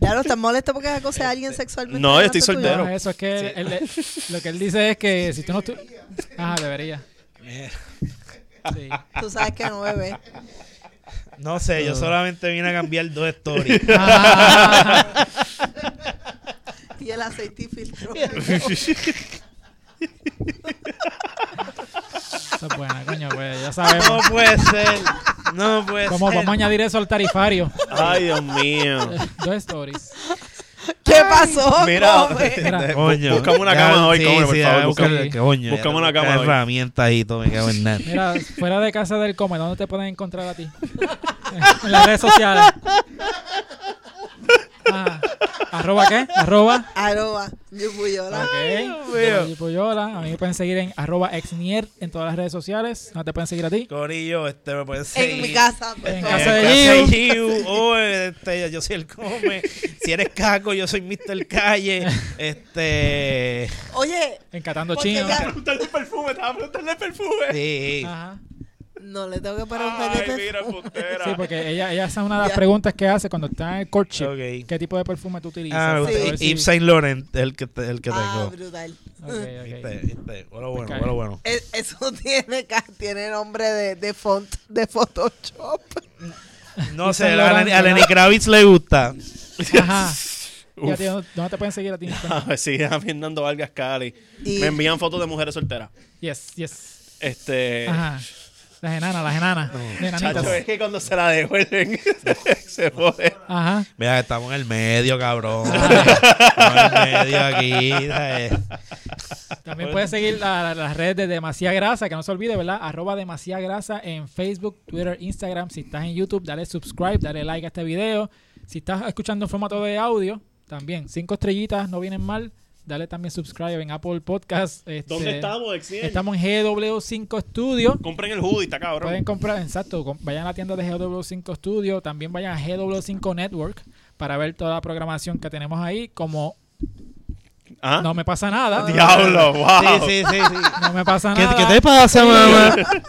Ya no estás molesto porque acosé a alguien sexualmente.
No, yo estoy
delante tuyo?
No,
soltero.
eso es que él- él- lo que él dice es que si tú no... estu- Ajá, debería. Sí.
Tú sabes que no bebé.
No sé, yo solamente vine a cambiar dos stories.
[LAUGHS] Ah,
Y el aceite y
[LAUGHS]
filtro.
esa es buena, coño, pues ya
No
sabemos.
puede ser. No puede
Vamos,
ser.
vamos a añadir eso al
[LAUGHS]
tarifario.
Ay, Dios mío.
Dos stories.
¿Qué pasó?
Mira,
come?
Mira,
Coño.
Buscamos una cama hoy, coño, por favor,
buscamos-
coño,
buscamos
ya,
una cama
busca
hoy.
herramientas y todo, me cago en nada.
Mira, fuera de casa del come, ¿dónde te pueden encontrar a ti? en las redes sociales. Ah, ¿Arroba qué? ¿Arroba?
Aroba, Yupuyola.
Ok. Yo soy Puyola. A mí me pueden seguir en arroba exnier en todas las redes sociales. ¿Dónde te pueden seguir a ti?
Corillo, este me pueden seguir.
En mi casa. pues, por
En
En
favor.
casa de
casa
Giu.
de Giu. Oh, este, yo soy el come. Si eres caco, yo soy Mr. Calle. Este.
Oye,
Encatando
Porque
chino.
ya-
[LAUGHS] preguntarle perfume, estaba preguntarle perfume.
Sí.
Ajá.
no le tengo que preguntar de perfume.
puntera.
Sí, porque ella, ella esa es una de las
Ya.
preguntas que hace cuando está en el courtship.
Ok.
¿Qué tipo de perfume tú utilizas?
Ah, me
Para
gusta.
ver si-
Yves Saint Laurent, el que, te- el que
Ah,
tengo.
brutal.
Ok, ok.
Este, este, bueno, bueno,
cae.
[LAUGHS]
bueno, bueno.
E- Eso tiene, ca- tiene nombre de, de font de Photoshop.
No
Yves
sé,
Saint
a
Laurent,
Lenny- a
¿verdad?
Lenny Kravitz le gusta.
Ajá. ¿Y a ti, ¿dónde- ¿Dónde te pueden seguir
[LAUGHS]
a ti?
sí, [LAUGHS] a mí Hernando Vargas Cali.
Y-
Me envían fotos de mujeres solteras.
Yes, yes.
Este.
Ajá. Las enanas, las enanas. De enanitas.
Chacho, es
eh.
que cuando se la devuelven, [LAUGHS] se jode.
Ajá.
Mira, estamos en el medio, cabrón. estamos en el medio aquí. ¿sabes?
También puedes seguir la- la- las redes de Demasiada Grasa, que no se olvide, ¿verdad? Arroba Demasiada Grasa en Facebook, Twitter, Instagram. Si estás en YouTube, dale subscribe, dale like a este video. Si estás escuchando en formato de audio, también cinco estrellitas, no vienen mal. Dale también subscribe en Apple Podcast. este,
¿Dónde estamos, Exiel?
Estamos en GW5 Studio.
Compren el hoodie, está cabrón.
Pueden comprar, exacto, com- vayan a la tienda de GW5 Studio, también vayan a GW5 Network para ver toda la programación que tenemos ahí. Como
¿Ah?
no me pasa nada,
[LAUGHS] Diablo, wow.
Sí, sí, sí. sí.
no me pasa
¿Qué,
nada.
qué te pasa, mamá?
También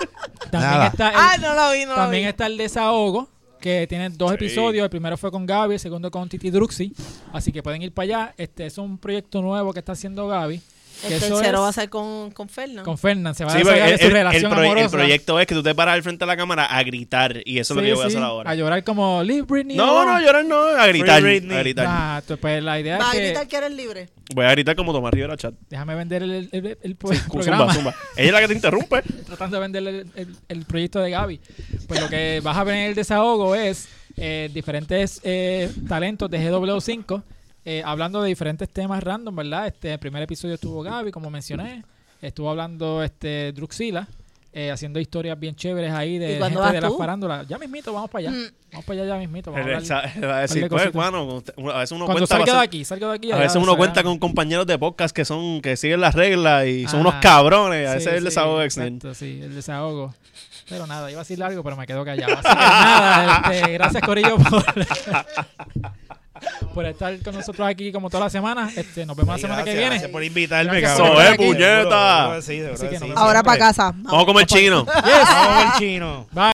Nada.
está el,
Ah, no lo vi, no lo vi.
también está el desahogo, que tiene dos episodios. El primero fue con Gaby, el segundo con Titi Druxy. Así que pueden ir para allá. Este es un proyecto nuevo que está haciendo Gaby. que
El
eso
tercero
es
Este va a ser con, con Fernan.
con Fernan. Se va
Sí,
a
porque
desahogar de
el,
su
el- el
relación
proye- el
amorosa.
proyecto es que tú te paras al frente de la cámara a gritar y eso es lo que
Sí,
yo voy a
sí,
hacer ahora.
A llorar como Live Britney.
No, no, llorar no, a gritar.
Free Britney.
A gritar.
Ah, tú- pues la idea
Va a
es que...
gritar que eres libre.
Voy a gritar como Tomás Rivera Chat.
Déjame vender el, el- el- el pro-
Zumba,
programa.
zumba. Ella es la que te interrumpe.
Tratando de vender el, el- el proyecto de Gaby. Pues lo que vas a ver en el desahogo es eh, diferentes eh, talentos de GW5 eh, hablando de diferentes temas random, ¿verdad? Este el primer episodio estuvo Gaby, como mencioné. Estuvo hablando este Druxila. eh, haciendo historias bien chéveres ahí de
¿Y cuándo
gente
vas
de la
tú?
farándula. Ya mismito, vamos para allá.
Mm.
Vamos para allá ya mismito. [LAUGHS] vamos a hablar-
Va a
Dale
decir, pues,
cosita.
hermano, a veces uno
Cuando
cuenta... va a
salga de
ser-
aquí, salga de aquí.
A
ya
veces uno
será-
cuenta con compañeros de podcast que son que siguen las reglas y son unos
Ah.
cabrones. eh, A
Sí,
veces es el
sí,
desahogo de Exner.
Exacto, sí, el desahogo. Pero nada, iba a decir algo, pero me quedo callado. Así que nada, este, gracias Corillo por, [LAUGHS] por estar con nosotros aquí como toda la semana. Este, nos vemos la semana que viene.
Gracias por invitarme,
Gracias
cabrón.
por estar
Seguro,
aquí.
seguro, seguro que sí, seguro
Así
que
que
sí.
nos vemos.
Ahora para
Siempre.
[LAUGHS]
casa.
Vamos a comer chino.
Vamos a ver chino.
Bye.